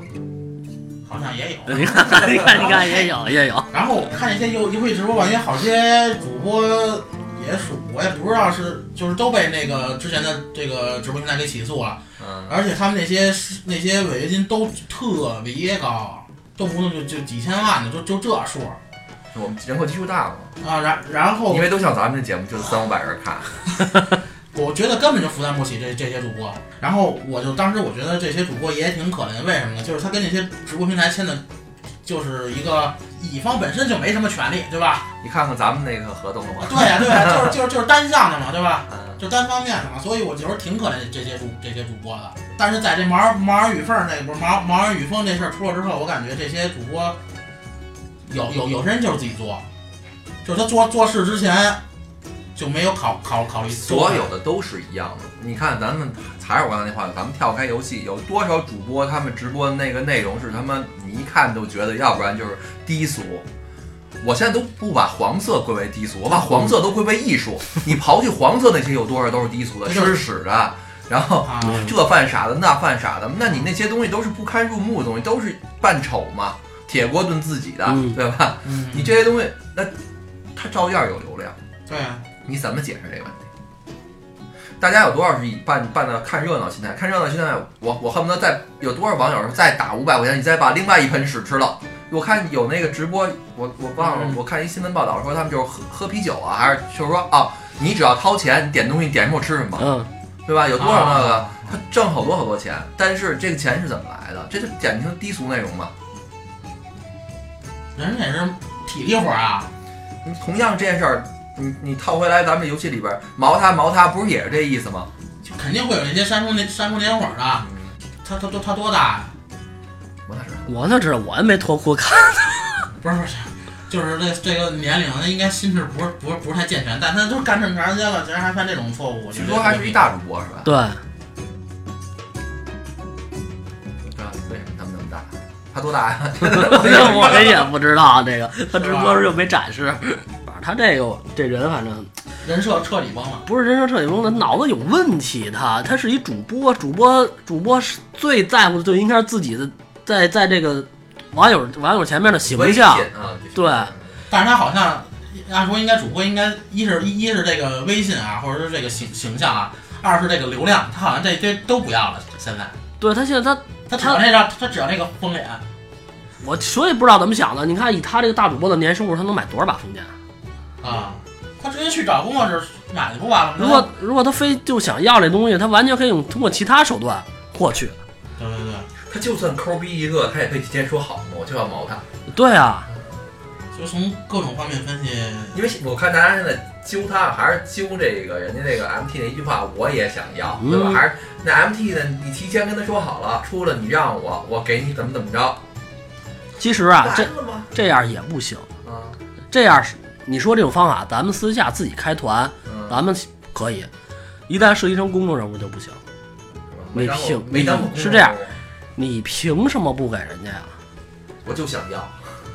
好像也有。你看你看你看也有也有，然后我看一些游游戏直播吧，因为好些主播也属，我也不知道是就是都被那个之前的这个直播平台给起诉了，嗯，而且他们那些那些违约金都特别高，动不动就就几千万的，就就这数儿我们人口基数大嘛，啊。然然后因为都像咱们这节目就是三五百人看，我觉得根本就负担不起这这些主播。然后我就当时我觉得这些主播也挺可怜，为什么呢？就是他跟那些直播平台签的，就是一个乙方本身就没什么权利，对吧？你看看咱们那个合同了吗？对呀、 对呀、就是就是就是单向的嘛，对吧？嗯，就单方面的嘛，所以我觉得挺可怜这些主这些主播的。但是在这毛毛儿雨凤儿那不是毛毛儿雨凤这事儿出了之后，我感觉这些主播有有有些人就是自己做，就是他做做事之前就没有考考考虑所有的都是一样的。你看咱们还是我刚才那话，咱们跳开游戏，有多少主播他们直播的那个内容是他妈你一看就觉得，要不然就是低俗。我现在都不把黄色归为低俗，我把黄色都归为艺术。你刨去黄色那些，有多少都是低俗的、吃屎的，然后啊，嗯这犯傻的，那犯傻的，那你那些东西都是不堪入目的东西，都是扮丑嘛，铁锅炖自己的，嗯对吧？嗯，你这些东西，那它照样有流量，对啊，你怎么解释这个问题？大家有多少是以办办的看热闹心态？看热闹心态，我我恨不得再有多少网友再打五百块钱，你再把另外一盆屎吃了。我看有那个直播，我我忘了嗯，我看一新闻报道说他们就是喝喝啤酒啊，还是就是说啊，你只要掏钱，你点东西，你点什么我吃什么，嗯，对吧？有多少那个？啊他挣好多好多钱，但是这个钱是怎么来的？这就典型的低俗内容嘛。人家也是体力活儿啊，你同样这件事儿，你你套回来咱们这游戏里边儿毛他毛他，不是也是这意思吗？就肯定会有那些煽风那煽风点火儿的。他他多他多大呀？我哪知道？我哪知道，我也没脱裤看。不是不是，就是这这个年龄，他应该心智不是不是不是太健全，但他都干这么长时间了，竟然还犯这种错误，我据觉得说还是一大主播是吧？对，对吧？为什么他们那么大？他多大呀？ 我这也不知道这个，他直播时又没展示。反正他这个这人，反正人设彻底崩了。不是人生彻底崩，他脑子有问题。他他是一主播，主播主播是最在乎的就应该是自己的，在在这个网友网友前面的喜微欢信笑。啊，就是对但是他好像按说应该主播应该一是一一是这个微信啊，或者是这个形形象啊，二是这个流量，他好像这这都不要了。现在对他现在他他只要那张，他只要那个封脸，我所以不知道怎么想的。你看以他这个大主播的年收入，他能买多少把风筝？啊，他直接去找工作室买去不完了吗？如果如果他非就想要这东西，他完全可以用通过其他手段获取。对对对。他就算抠逼一个，他也可以提前说好嘛，我就要毛他。对啊，就从各种方面分析， 因为我看大家现在揪他，还是揪这个人家那个 MT 那一句话，我也想要，对吧？嗯还是那 MT 呢？你提前跟他说好了，出了你让我，我给你怎么怎么着，其实啊，这完了吗？这样也不行。啊，这样是你说这种方法，咱们私下自己开团，嗯，咱们可以。一旦涉及成公众人物就不行，没当过你没当过是这样，你凭什么不给人家呀？我就想要，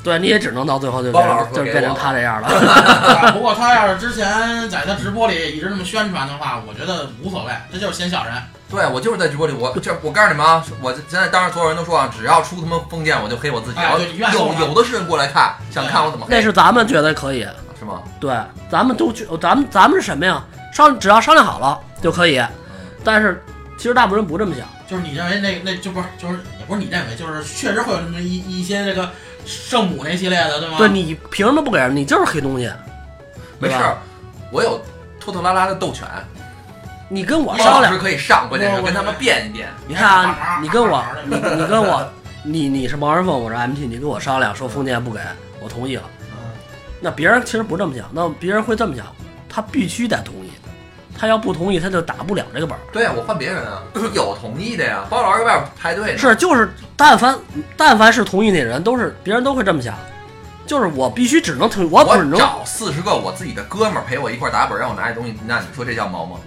对，你也只能到最后就包变老师成说就给变成我他这样了。 啊不过他要是之前在他直播里一直这么宣传的话，我觉得无所谓，这就是显小人。对我就是在直播里，我这我告诉你们啊，我现在当着所有人都说啊，只要出他妈封建，我就黑我自己，哎然后对你愿意有说吗有的是人过来看，想看我怎么黑，那是咱们觉得可以，是吗？对，咱们都去，咱们咱们是什么呀？商只要商量好了就可以。但是其实大部分人不这么啊想，就是你认为那那就不是就是也不是你认为，就是确实会有这么一一些这个圣母那系列的，对吗？对你凭什么不给人？你就是黑东西，没事对儿，我有拖拖拉拉的斗犬，你跟我包商老量师。可以上，关键是我跟他们辩一辩。你看啊，你跟我，你 你跟我，你你是毛人凤，我是 MT，你跟我商量说封建不给，我同意了。那别人其实不这么想，那别人会这么想，他必须得同意，他要不同意他就打不了这个本儿。对呀，我换别人啊， 有同意的呀。包老师在外边排队呢，是，就是但凡但凡是同意你的人，都是别人都会这么想，就是我必须只能同意，我只我能，找四十个我自己的哥们儿陪我一块儿打本，让我拿这东西，那你说这叫毛吗？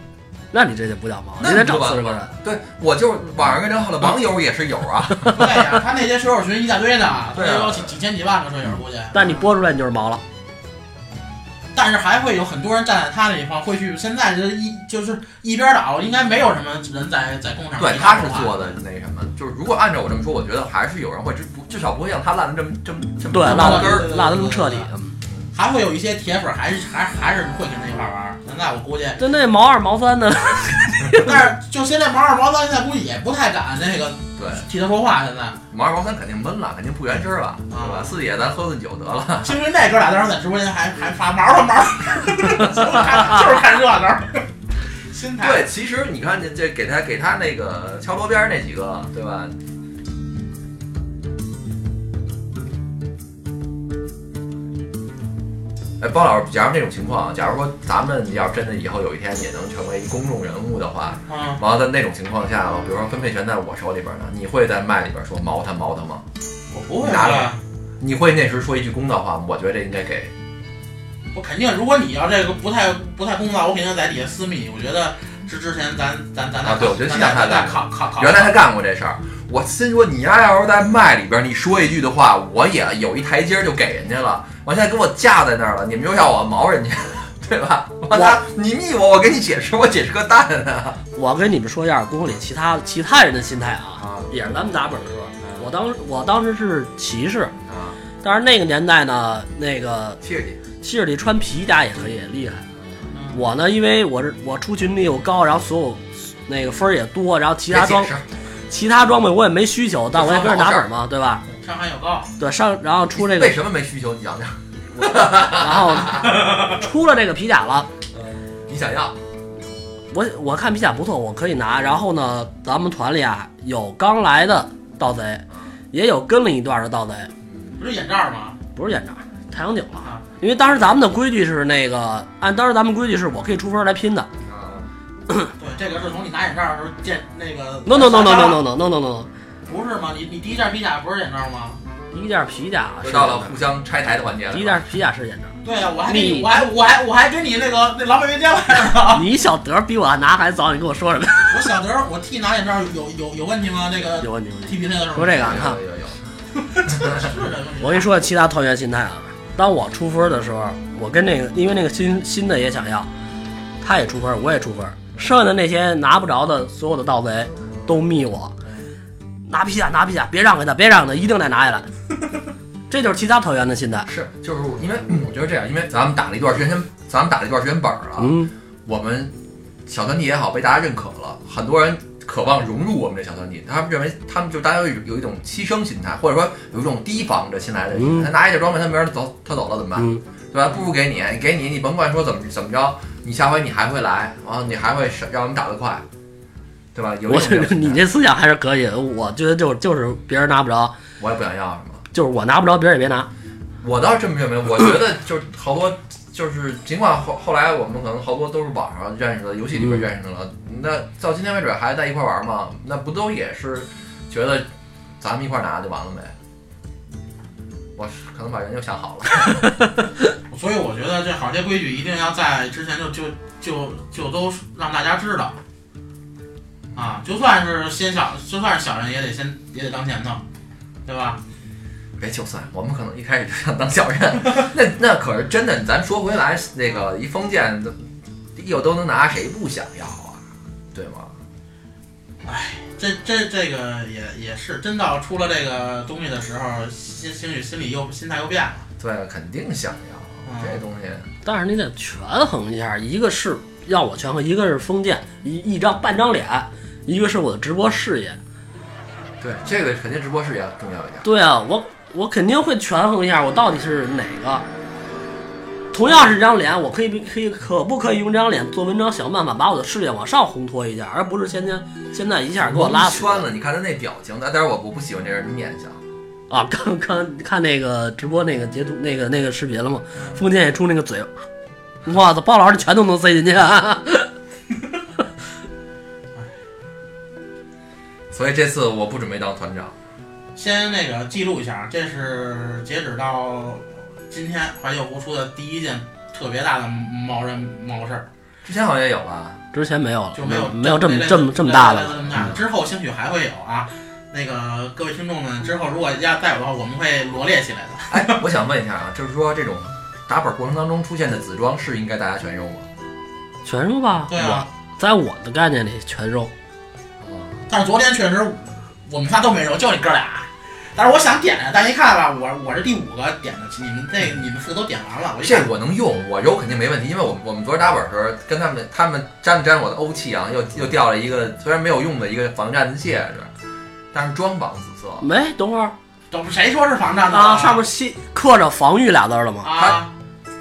那你这就不叫毛，你那得你就找完四了十个人。对，我就是网上跟人好了，网友也是友啊。对呀、他那些水友群一大堆呢，他对啊有几几千几万个水友估计。但你播出来你就是毛了，但是还会有很多人站在他那一方，会去现在就是一就是一边倒，应该没有什么人在在工厂。对，他是做的那什么，就是如果按照我这么说，我觉得还是有人会至不至少不会让他烂的这么这么这么对，这么落到得根儿。对落得这么彻底。对对嗯还会有一些铁粉还是还还是会跟他一块玩儿。现在我估计， 就那毛二毛三的，但是就现在毛二毛三现在估计也不太敢那个对，替他说话。现在毛二毛三肯定闷了，肯定不原声了，对吧？四姐咱喝顿酒得了，其实那哥俩当时在直播间还嗯还发毛了毛了， 就是看 就是看热闹，心态对，其实你看这这给他给他那个敲锣边儿那几个，对吧？哎，包老师，假如这种情况，啊假如说咱们要真的以后有一天也能成为公众人物的话，嗯，然后在那种情况下，啊比如说分配权在我手里边呢，你会在麦里边说毛他毛他吗？我不会拿说着呀，你会那时说一句公道话吗？我觉得这应该给。我肯定，如果你要这个不太不太公道，我肯定在底下私密。我觉得之之前咱咱咱啊对我觉得咱现在还咱在咱考考考，原来他干过这事儿，我心说你丫要是在麦里边你说一句的话，我也有一台阶儿就给人家了。我现在给我架在那儿了，你们又要我毛人家， 对吧？我操，你密我，我给你解释，我解释个蛋啊！我跟你们说一下宫里其他其他人的心态啊，啊也是咱们打本的时候，我当我当时是骑士，啊，但是那个年代呢，那个谢谢你。骑士里穿皮夹也可以厉害。嗯我呢，因为我是我出勤力又高，然后所有那个分儿也多，然后其他别装解释其他装备我也没需求，但我也跟着打本嘛，对吧？伤害有高， 对，上然后出这个为什么没需求？你讲讲，然后出了这个皮甲了，你想要我我看皮甲不错，我可以拿。然后呢，咱们团里啊有刚来的盗贼，也有跟了一段的盗贼，不是眼罩吗？不是眼罩，太阳井了。啊，因为当时咱们的规矩是那个，按当时咱们规矩是我可以出分来拼的。啊？对，这个是从你拿眼罩的时候见那个 No no no no no no no no no no，不是吗？你你第一件皮甲不是眼罩吗？第一件皮甲啊是又到了互相拆台的环节了。第一件皮甲是眼罩。对呀、我还给你你，我还我还我还给你那个那狼狈为奸来着呢。你小德比我拿还早，你跟我说什么？ 我小德，我替拿眼罩有有有问题吗？那 个有问题问题。踢比赛的时候说这个有啊，看有有 有，是有问题我跟你说其他团员心态啊，当我出分的时候，我跟那个因为那个新新的也想要，他也出分，我也出分，剩下的那些拿不着的所有的盗贼都密我，拿皮甲拿皮甲，别让给他，别让给他，一定得拿 下来。这就是其他团员的心态。是就是因为嗯我觉得这样，因为咱们打了一段时间，咱们打了一段时间本儿了，嗯，我们小团体也好，被大家认可了，很多人渴望融入我们这小团体，他们认为他们就大家有有一种牺牲心态，或者说有一种提防着新来的人，嗯他拿一件装备，他没人走，他走了怎么办？嗯对吧？不如给你，给你，你甭管说怎么怎么着，你下回你还会来，然后你还会是让我们打得快，对吧？有一我种这觉种得心态你这思想还是可以的，我觉得就就是别人拿不着，我也不想要什么。就是我拿不着，别人也别拿。我倒是这么认为，我觉得就是好多，就是尽管后后来我们可能好多都是网上认识的，游戏里边认识的了，那到今天为止还在一块玩吗？那不都也是觉得咱们一块拿就完了呗？我是可能把人又想好了， 所以我觉得这好些规矩一定要在之前就就就就都让大家知道，啊，就算是先小，就算是小人也得先也得当前头，对吧？别就算我们可能一开始就想当小人，那那可是真的。咱说回来，那个一封建，一有都能拿，谁不想要啊？对吗？这这这个也也是，真到出了这个东西的时候，心兴许心里又心态又变了。对，肯定想要啊嗯这东西。但是你得权衡一下，一个是要我权衡，一个是封建一一张半张脸，一个是我的直播事业。对，这个肯定直播室也重要一点。对啊，我我肯定会权衡一下，我到底是哪个。同样是这张脸，我可以可以可不可以用这张脸做文章，想办法把我的事业往上烘托一下，而不是现在现在一下给我拉圈了，你看他那表情，但但是我我不喜欢这人的面相。啊！刚刚看那个直播那个截图那个那个视频了吗？封建也出那个嘴，哇操，包老师全都能塞进去、啊所以这次我不准备当团长，先那个记录一下，这是截止到今天怀旧湖出的第一件特别大的毛人毛事儿，之前好像也有吧？ 之前没有了，就没有没有这么类似这么这么大类的嗯似了。这么大的。之后兴许还会有啊。那个各位听众们，之后如果要再有的话，我们会罗列起来嗯的。哎，我想问一下啊，就是说这种打本过程当中出现的子装是应该大家全用吗？全肉吧？对啊，我，在我的概念里全肉。嗯但是昨天确实我们仨都没揉，就你哥俩。但是我想点的，但一看吧，我我是第五个点的，你们这嗯你们四个都点完了，我哦一这看个我能用，我揉肯定没问题，因为我们我们昨儿打本的时候跟他们他们沾了沾我的欧气啊，又又掉了一个虽然没有用的一个防战的戒指，但是装榜紫色，没，等会儿怎么谁说是防战的啊，上面吸刻着防御俩字儿了吗？啊，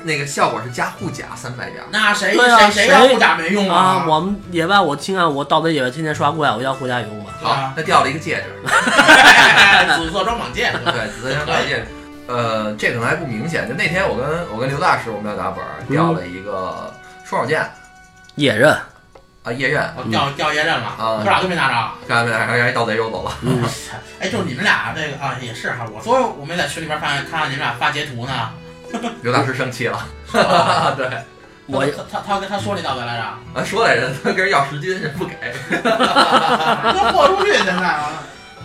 那个效果是加护甲三百点儿。那谁对啊谁要谁护甲没用啊，我们野外我听啊，我到底野外天天刷护甲，我要护甲有用吗？对好啊，他掉了一个戒指，紫色装绑戒指， 对，紫色相当于戒指。呃，这可能还不明显。就那天我跟我跟刘大师，我们要打本嗯儿，掉了一个双手剑野刃，啊，夜刃，我掉掉叶刃了，啊我俩都没拿着。刚才让人一盗贼揉走了。嗯，哎，就是你们俩这个啊，也是哈。我说我没在群里边看看到你们俩发截图呢。刘大师生气了，是吧对，我他他他跟他说你到底来着？啊，说来着，他跟人要十斤，人不给。都豁出去现在啊！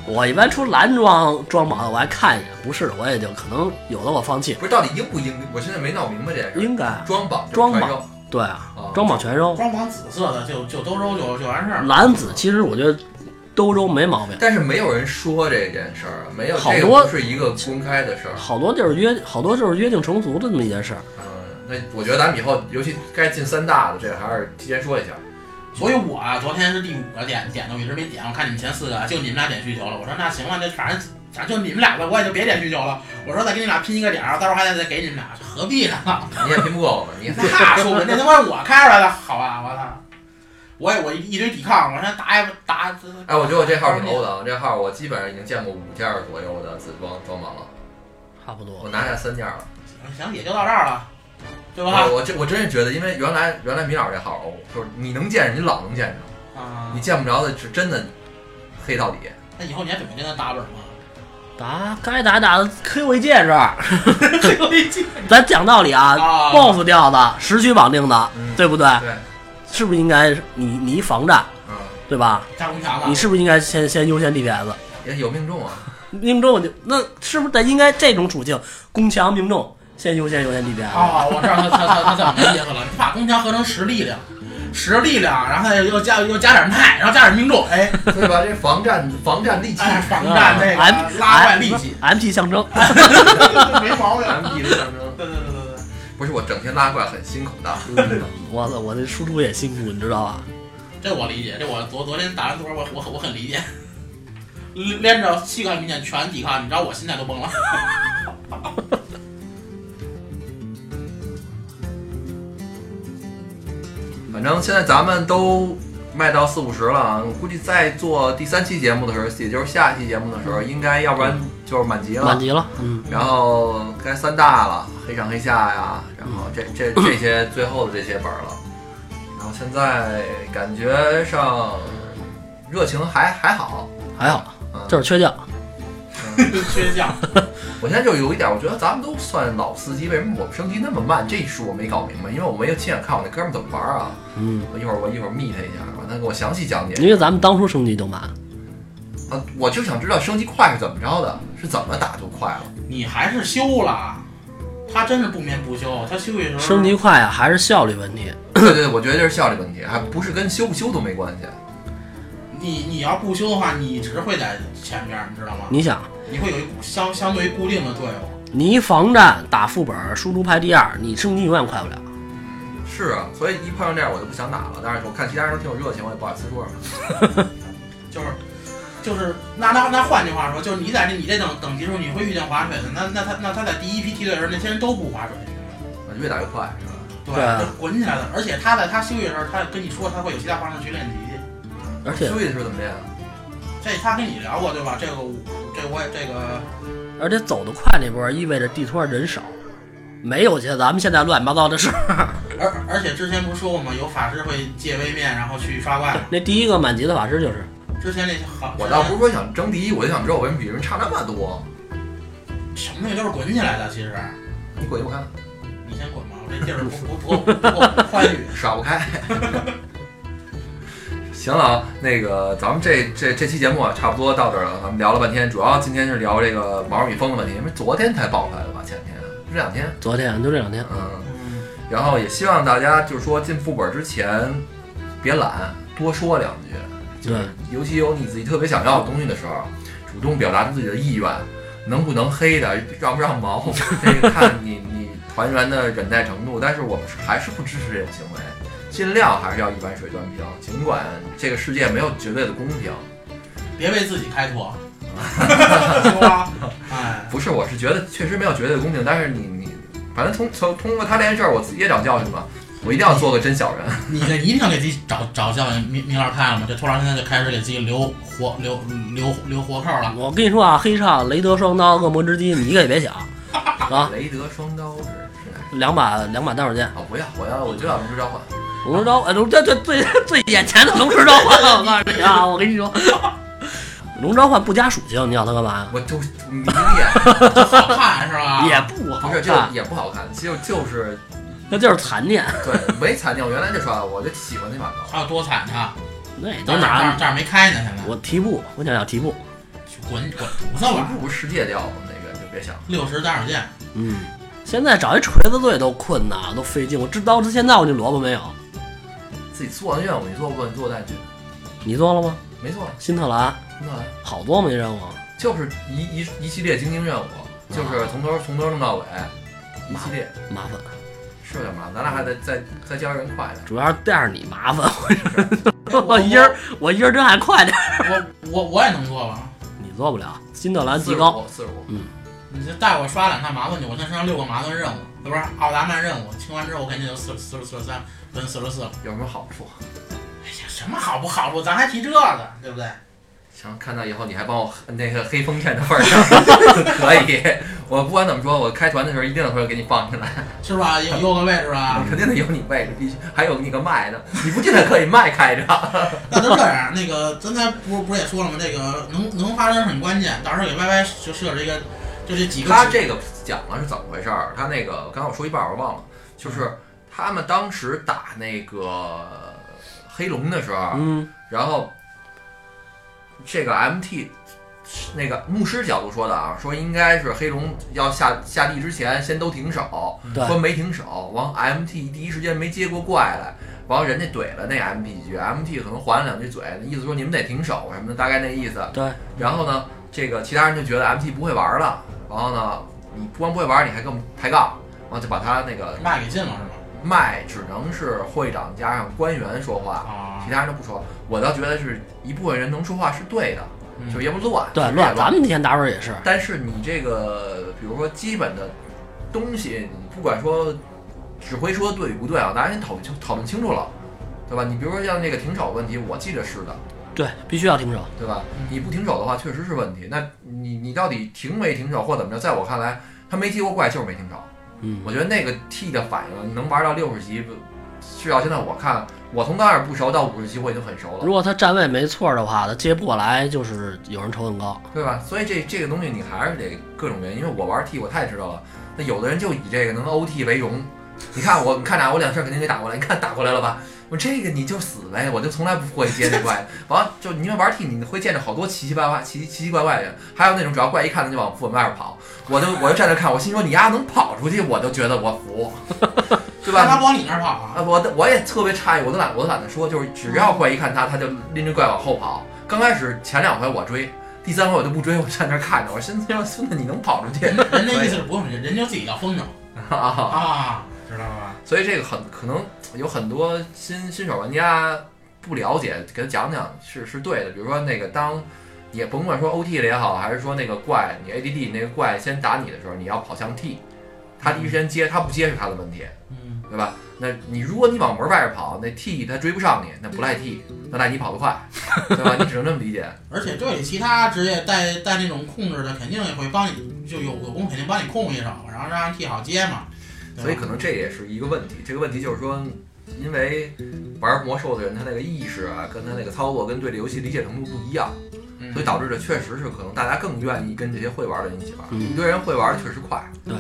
我一般出蓝装装榜的我还看一眼，不是我也就可能有的我放弃，不是到底应不应？我现在没闹明白这件事儿。应该装榜就是装传榜授对啊，啊，装榜全扔，光绑紫色的就就都揉就就完事儿。蓝紫其实我觉得都扔没毛病，但是没有人说这件事儿，啊没有好这个多不是一个公开的事儿。啊好多就是约好多就是约定成俗的这么一件事儿。嗯，那我觉得咱们以后，尤其该进三大的，这个还是提前说一下。所以我啊，昨天是第五个点点的，我一直没点。我看你们前四个，就你们俩点需求了。我说那行了，那反正反正就你们俩的，我也就别点需求了。我说再给你俩拼一个点儿，到时候还得再给你们俩，何必呢？你也拼不过我们，你也那说不定，那他妈是我开出来的，好吧，我操！我也我一堆抵抗，我说打也不打，这哎，我觉得我这号挺 low 的，啊，这号我基本上已经见过五件左右的紫装装满了，差不多我，拿下三件了。行，也就到这儿了，对吧？我我这我真是觉得，因为原来原来米老这号哦，就是你能见着，你老能见着，啊你，见不着的是真的黑到底。那以后你还准备跟他打本吗？打该打打的 K 我一戒指，最后一季 咱讲道理啊啊，BOSS 掉的时区绑定的，嗯，对不对？对，是不是应该你你一防战嗯，对吧？加工强你了，是不是应该先先优先 DPS？也有命中啊。 命中就那是不是得应该这种处境攻强命中先优先优先 DPS？、哦，我知道他他他他怎么没意思了，你把工强合成十力量，十力量，然后又加又加点耐，然后加点命中， 哎，对吧？这防战防战利器哎， 防战那啊个拉怪力气， M P 象征，没毛病。 M P 的象征。对对对对对，不是我整天拉怪很辛苦的，嗯 我操，我这输出也辛苦，你知道吧？这我理解，这我昨昨天打完图我我很我很理解， 连着七个明显全抵抗，你知道我心态都崩了。 反正现在咱们都卖到四五十了啊，我估计在做第三期节目的时候，也就是下一期节目的时候，应该要不嗯然就是满级满了，级了，嗯，然后该三大了，黑上黑下呀，然后这这这些最后的这些本儿了，然后现在感觉上热情还还好，还好，嗯，就是缺将，缺项，我现在就有一点，我觉得咱们都算老司机，为什么我们升级那么慢？这一数我没搞明白，因为我没有亲眼看我那哥们儿怎么玩啊。嗯，我一会儿我一会儿密他一下，让他给我详细讲解因为咱们当初升级就慢，啊！我就想知道升级快是怎么着 的，是怎么打就快了？你还是修了，啊他真是不眠不休，他休息时候升级快啊，还是效率问题。对对，对我觉得这是效率问题，还不是跟修不修都没关系。你你要不修的话，你只会在前边儿，你知道吗？你想，你会有一股相相对于固定的队伍。你一防战打副本，输出排第二，你升级永远快不了。是啊，所以一碰上这样我就不想打了。但是我看其他人都挺有热情，我也不好意思说什么。就是就是那那那换句话说，就是你在这你这等等级数，你会遇见划水的。那那他那他在第一批梯队的时候，那些人都不划水，我就越打越快，是吧？对，对啊就滚起来了。而且他在他休息的时候，他跟你说他会有其他方式去练级。而且休息的时候怎么练啊？这他跟你聊过对吧？这个我这我也这个而且走得快那波意味着地图上人少，没有像咱们现在乱七八糟的事儿。 而而且之前不是说过吗？有法师会借位面，然后去刷怪吗。那第一个满级的法师就是，之前那些好，我倒不是说想争第一，我就想知道我为什么比人差那么多。什么东西都是滚起来的。其实你滚一我看，你先滚吧，我这地儿不不不不不 不宽 裕。耍不开。行了啊，那个咱们这这这期节目啊，差不多到这儿了。咱们聊了半天，主要今天是聊这个毛米风的问题，因为昨天才爆出来的吧，前天这两天，昨天就这两天，嗯。嗯，然后也希望大家就是说进副本之前别懒，多说两句，对，尤其有你自己特别想要的东西的时候，主动表达出自己的意愿，能不能黑的， 让不让毛，这个看你 你团员的忍耐程度。但是我们是还是不支持这种行为，尽量还是要一碗水端平。尽管这个世界没有绝对的公平，别为自己开 脱，对吧？哎，不是，我是觉得确实没有绝对公平，但是你 你，反正从从通过他这件事儿，我自己也长教训了，我一定要做个真小人。 你这一定要给自己找找教训。明明老师看了吗？这突然现在就开始给自己留活留留留活扣了。我跟你说啊，黑鲨、雷德双刀、恶魔之击，你一个也 别想啊！雷德双刀是是哪？两把两把单手剑，啊、不要，我要，我就要龙之召唤。龙之刀，哦呃，龙这这最最眼前的龙之召唤，我告诉你啊，我 跟你说，龙之召唤不加属性，你要它干嘛呀？我就迷恋，好 看是吧？也不好啊不是就看，也不好看，就就是那就是残念，对没残念。我原来就刷的，我就喜欢那把刀。还有多惨呢？那也这都拿儿这儿没开呢，现在我提步，我想要提步，滚滚犊子吧！不是世界掉了那个，就别想了。六十单手剑，嗯，现在找一锤子队都困难，都费劲。我这刀到现在我就萝卜没有，自己做的愿望，你做过，你做但去，你做了吗？没做，新特兰听到来好多没任务，就是一一一系列精英任务，就是从头从头弄到尾，一系列啊麻烦，是有点麻烦，咱俩还得再再教人快点。主要是带着你麻烦，哎 我一人我一人真还快点，我我我也能做吧？你做不了，新特兰极高，四十五，你就带我刷两趟麻子去，我先身上六个麻子任务，对不是奥达曼任务，清完之后我肯定就四四十四十三跟四十四了。有什么好处？哎呀，什么好不好处？咱还提这个，对不对？行，看到以后你还帮我那个黑风扇的份儿上， 可以。我不管怎么说，我开团的时候一定会给你放进来，是吧？有有个位置啊吧？肯定得有你位置，必须还有那个麦呢，你不进来可以麦开着。那就这样，那个咱才不是不是也说了吗？这个能能发生很关键，到时候给 Y Y 就设置一个，就这几个他这个讲了是怎么回事儿？他那个刚才我说一半儿我忘了，就是他们当时打那个黑龙的时候，嗯，然后这个 MT 那个牧师角度说的啊，说应该是黑龙要下下地之前先都停手，对说没停手，完 MT 第一时间没接过怪来，完人家怼了那 MT 一句，MT 可能还了两句嘴，意思说你们得停手什么的，大概那意思。对，然后呢，这个其他人就觉得 MT 不会玩了，然后呢，你不光不会玩，你还跟我们抬杠，然后就把他那个麦给进了是吗？麦只能是会长加上官员说话，啊其，他人都不说。我倒觉得是一部分人能说话是对的，嗯就也不乱，对也乱，咱们那天打会儿也是，但是你这个，比如说基本的东西，你不管说指挥说对与不对啊，大家先讨论清讨论清楚了，对吧？你比如说像那个停手问题，我记得是的，对，必须要停手，对吧嗯？你不停手的话，确实是问题。那你你到底停没停手或怎么着？在我看来，他没踢过怪就是没停手。嗯，我觉得那个 T 的反应能玩到六十级，至少现在我看，我从刚开始不熟到五十级，我已经很熟了。如果他站位没错的话，他接不过来，就是有人仇恨高。对吧？所以这这个东西你还是得各种原因，因为我玩 T 我太知道了，那有的人就以这个能 OT 为荣。你看我，你看打我两下肯定给打过来，你看打过来了吧？我这个你就死呗，我就从来不会接这怪。完了就你们玩 T，你会见着好多奇奇怪怪、奇奇奇怪怪的人，还有那种只要怪一看他就往副本外边跑，我就我就站那看，我心说你丫能跑出去，我都觉得我服， 对吧？他往你那儿跑啊？啊，我的我也特别诧异，我都懒，我都懒得说，就是只要怪一看他，他就拎着怪往后跑。刚开始前两回我追，第三回我就不追，我站那儿看着，我心说孙子你能跑出去人人家意思是不用人，人就自己要疯着啊？啊，知道吧？ 所以这个很可能有很多新新手玩家不了解，给他讲讲是是对的。比如说那个当也甭管说 OT 了也好，还是说那个怪你 ADD 那个怪先打你的时候，你要跑向 T，他第一时间接，他不接是他的问题。嗯，对吧？那你如果你往门外边跑，那 T 他追不上你，那不赖 T，那赖你跑得快，对吧？你只能这么理 解。而且对其他职业带带那种控制的，肯定也会帮你，就有有功肯定帮你控一手，然后让人替好接嘛。对吧所以可能这也是一个问题。这个问题就是说，因为玩魔兽的人他那个意识啊，跟他那个操作跟对这游戏理解程度不一样，嗯所以导致的确实是可能大家更愿意跟这些会玩的人一起玩。嗯一堆人会玩的确实快。对，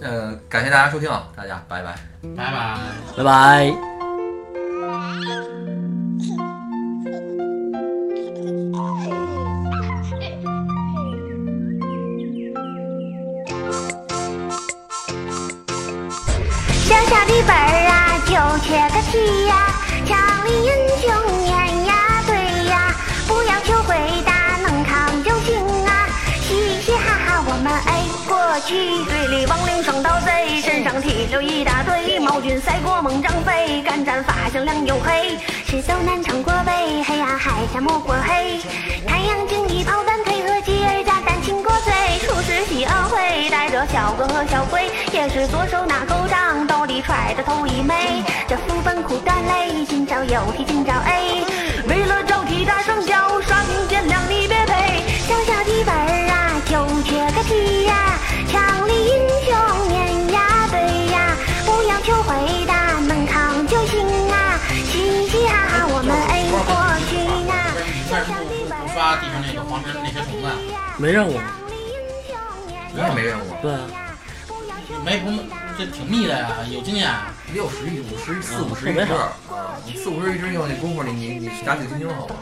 呃，感谢大家收听啊，大家拜拜。拜拜。拜拜。 小小的本儿啊，就缺个气呀、厂里英雄碾呀，对呀，不要求回答，能扛就行啊，嘻嘻哈哈，我们挨过去。队里亡灵双刀在身上。上提溜一大堆，毛巾赛过猛张飞，干战发香亮又黑，是走南闯国北，黑呀海山莫过黑，太阳精一炮弹配合鸡儿炸弹清锅嘴，厨师喜奥会带着小哥和小龟，也是左手拿钩杖，兜里揣着头一枚，这副本苦但累，今朝有题今朝 A，为了招体大双脚，刷屏见谅你别配，小小的本儿啊，就缺个题呀、强力英雄碾压对呀，不要求回答，能扛就行啊！嘻嘻哈哈，我们 A 过去啊！小但是小不的不本不儿刷地上那个黄人那些虫子啊，没任务，强力英雄碾我也没任务，对啊，压，不要求没不这挺密的呀，有经验啊。六十一五十四五十一没只事，啊，你四五十一只以后那功夫，你你你打几个星星好吗？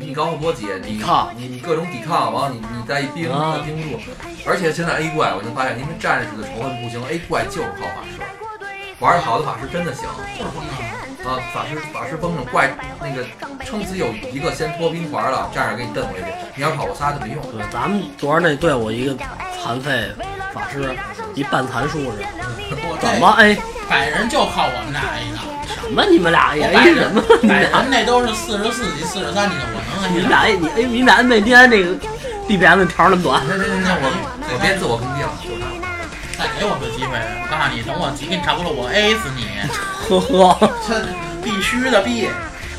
你搞好多节，你抗你你各种抵抗，完了你你再一盯啊盯住。而且现在 A 怪，我就发现，因为战士的仇恨不行，A 怪就是靠法师，玩儿好的法师真的行。就是风筝，啊，法师法师风筝怪那个撑死有一个先脱兵环了，战士给你蹬回去，你要跑我仨就没用。对，咱们昨儿那队伍一个残废法师，一半残术士，我怎么这 A 百人就靠我们俩 A 的。什么？你们俩 A 哎我百 A 什么人？你们百俩人那都是四十四级、四十三级的，我能 A 你们的。俩 A 你 A 你们俩 A 那天那个 DPM 条那么短，那那那那我我别自我坑爹了，就他。再给我个机会，我告诉你，等我级给你差不多了，我 A 死 你。呵呵，这必须的必。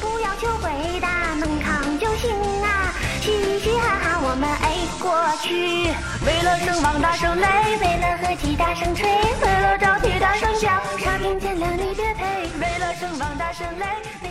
不要求回答，能扛就行啊！嘻嘻哈哈，我们 A 过去。为了声望大声擂，为了和气大声吹，为了招体大声叫，沙瓶见谅你别配。为了声望大声擂，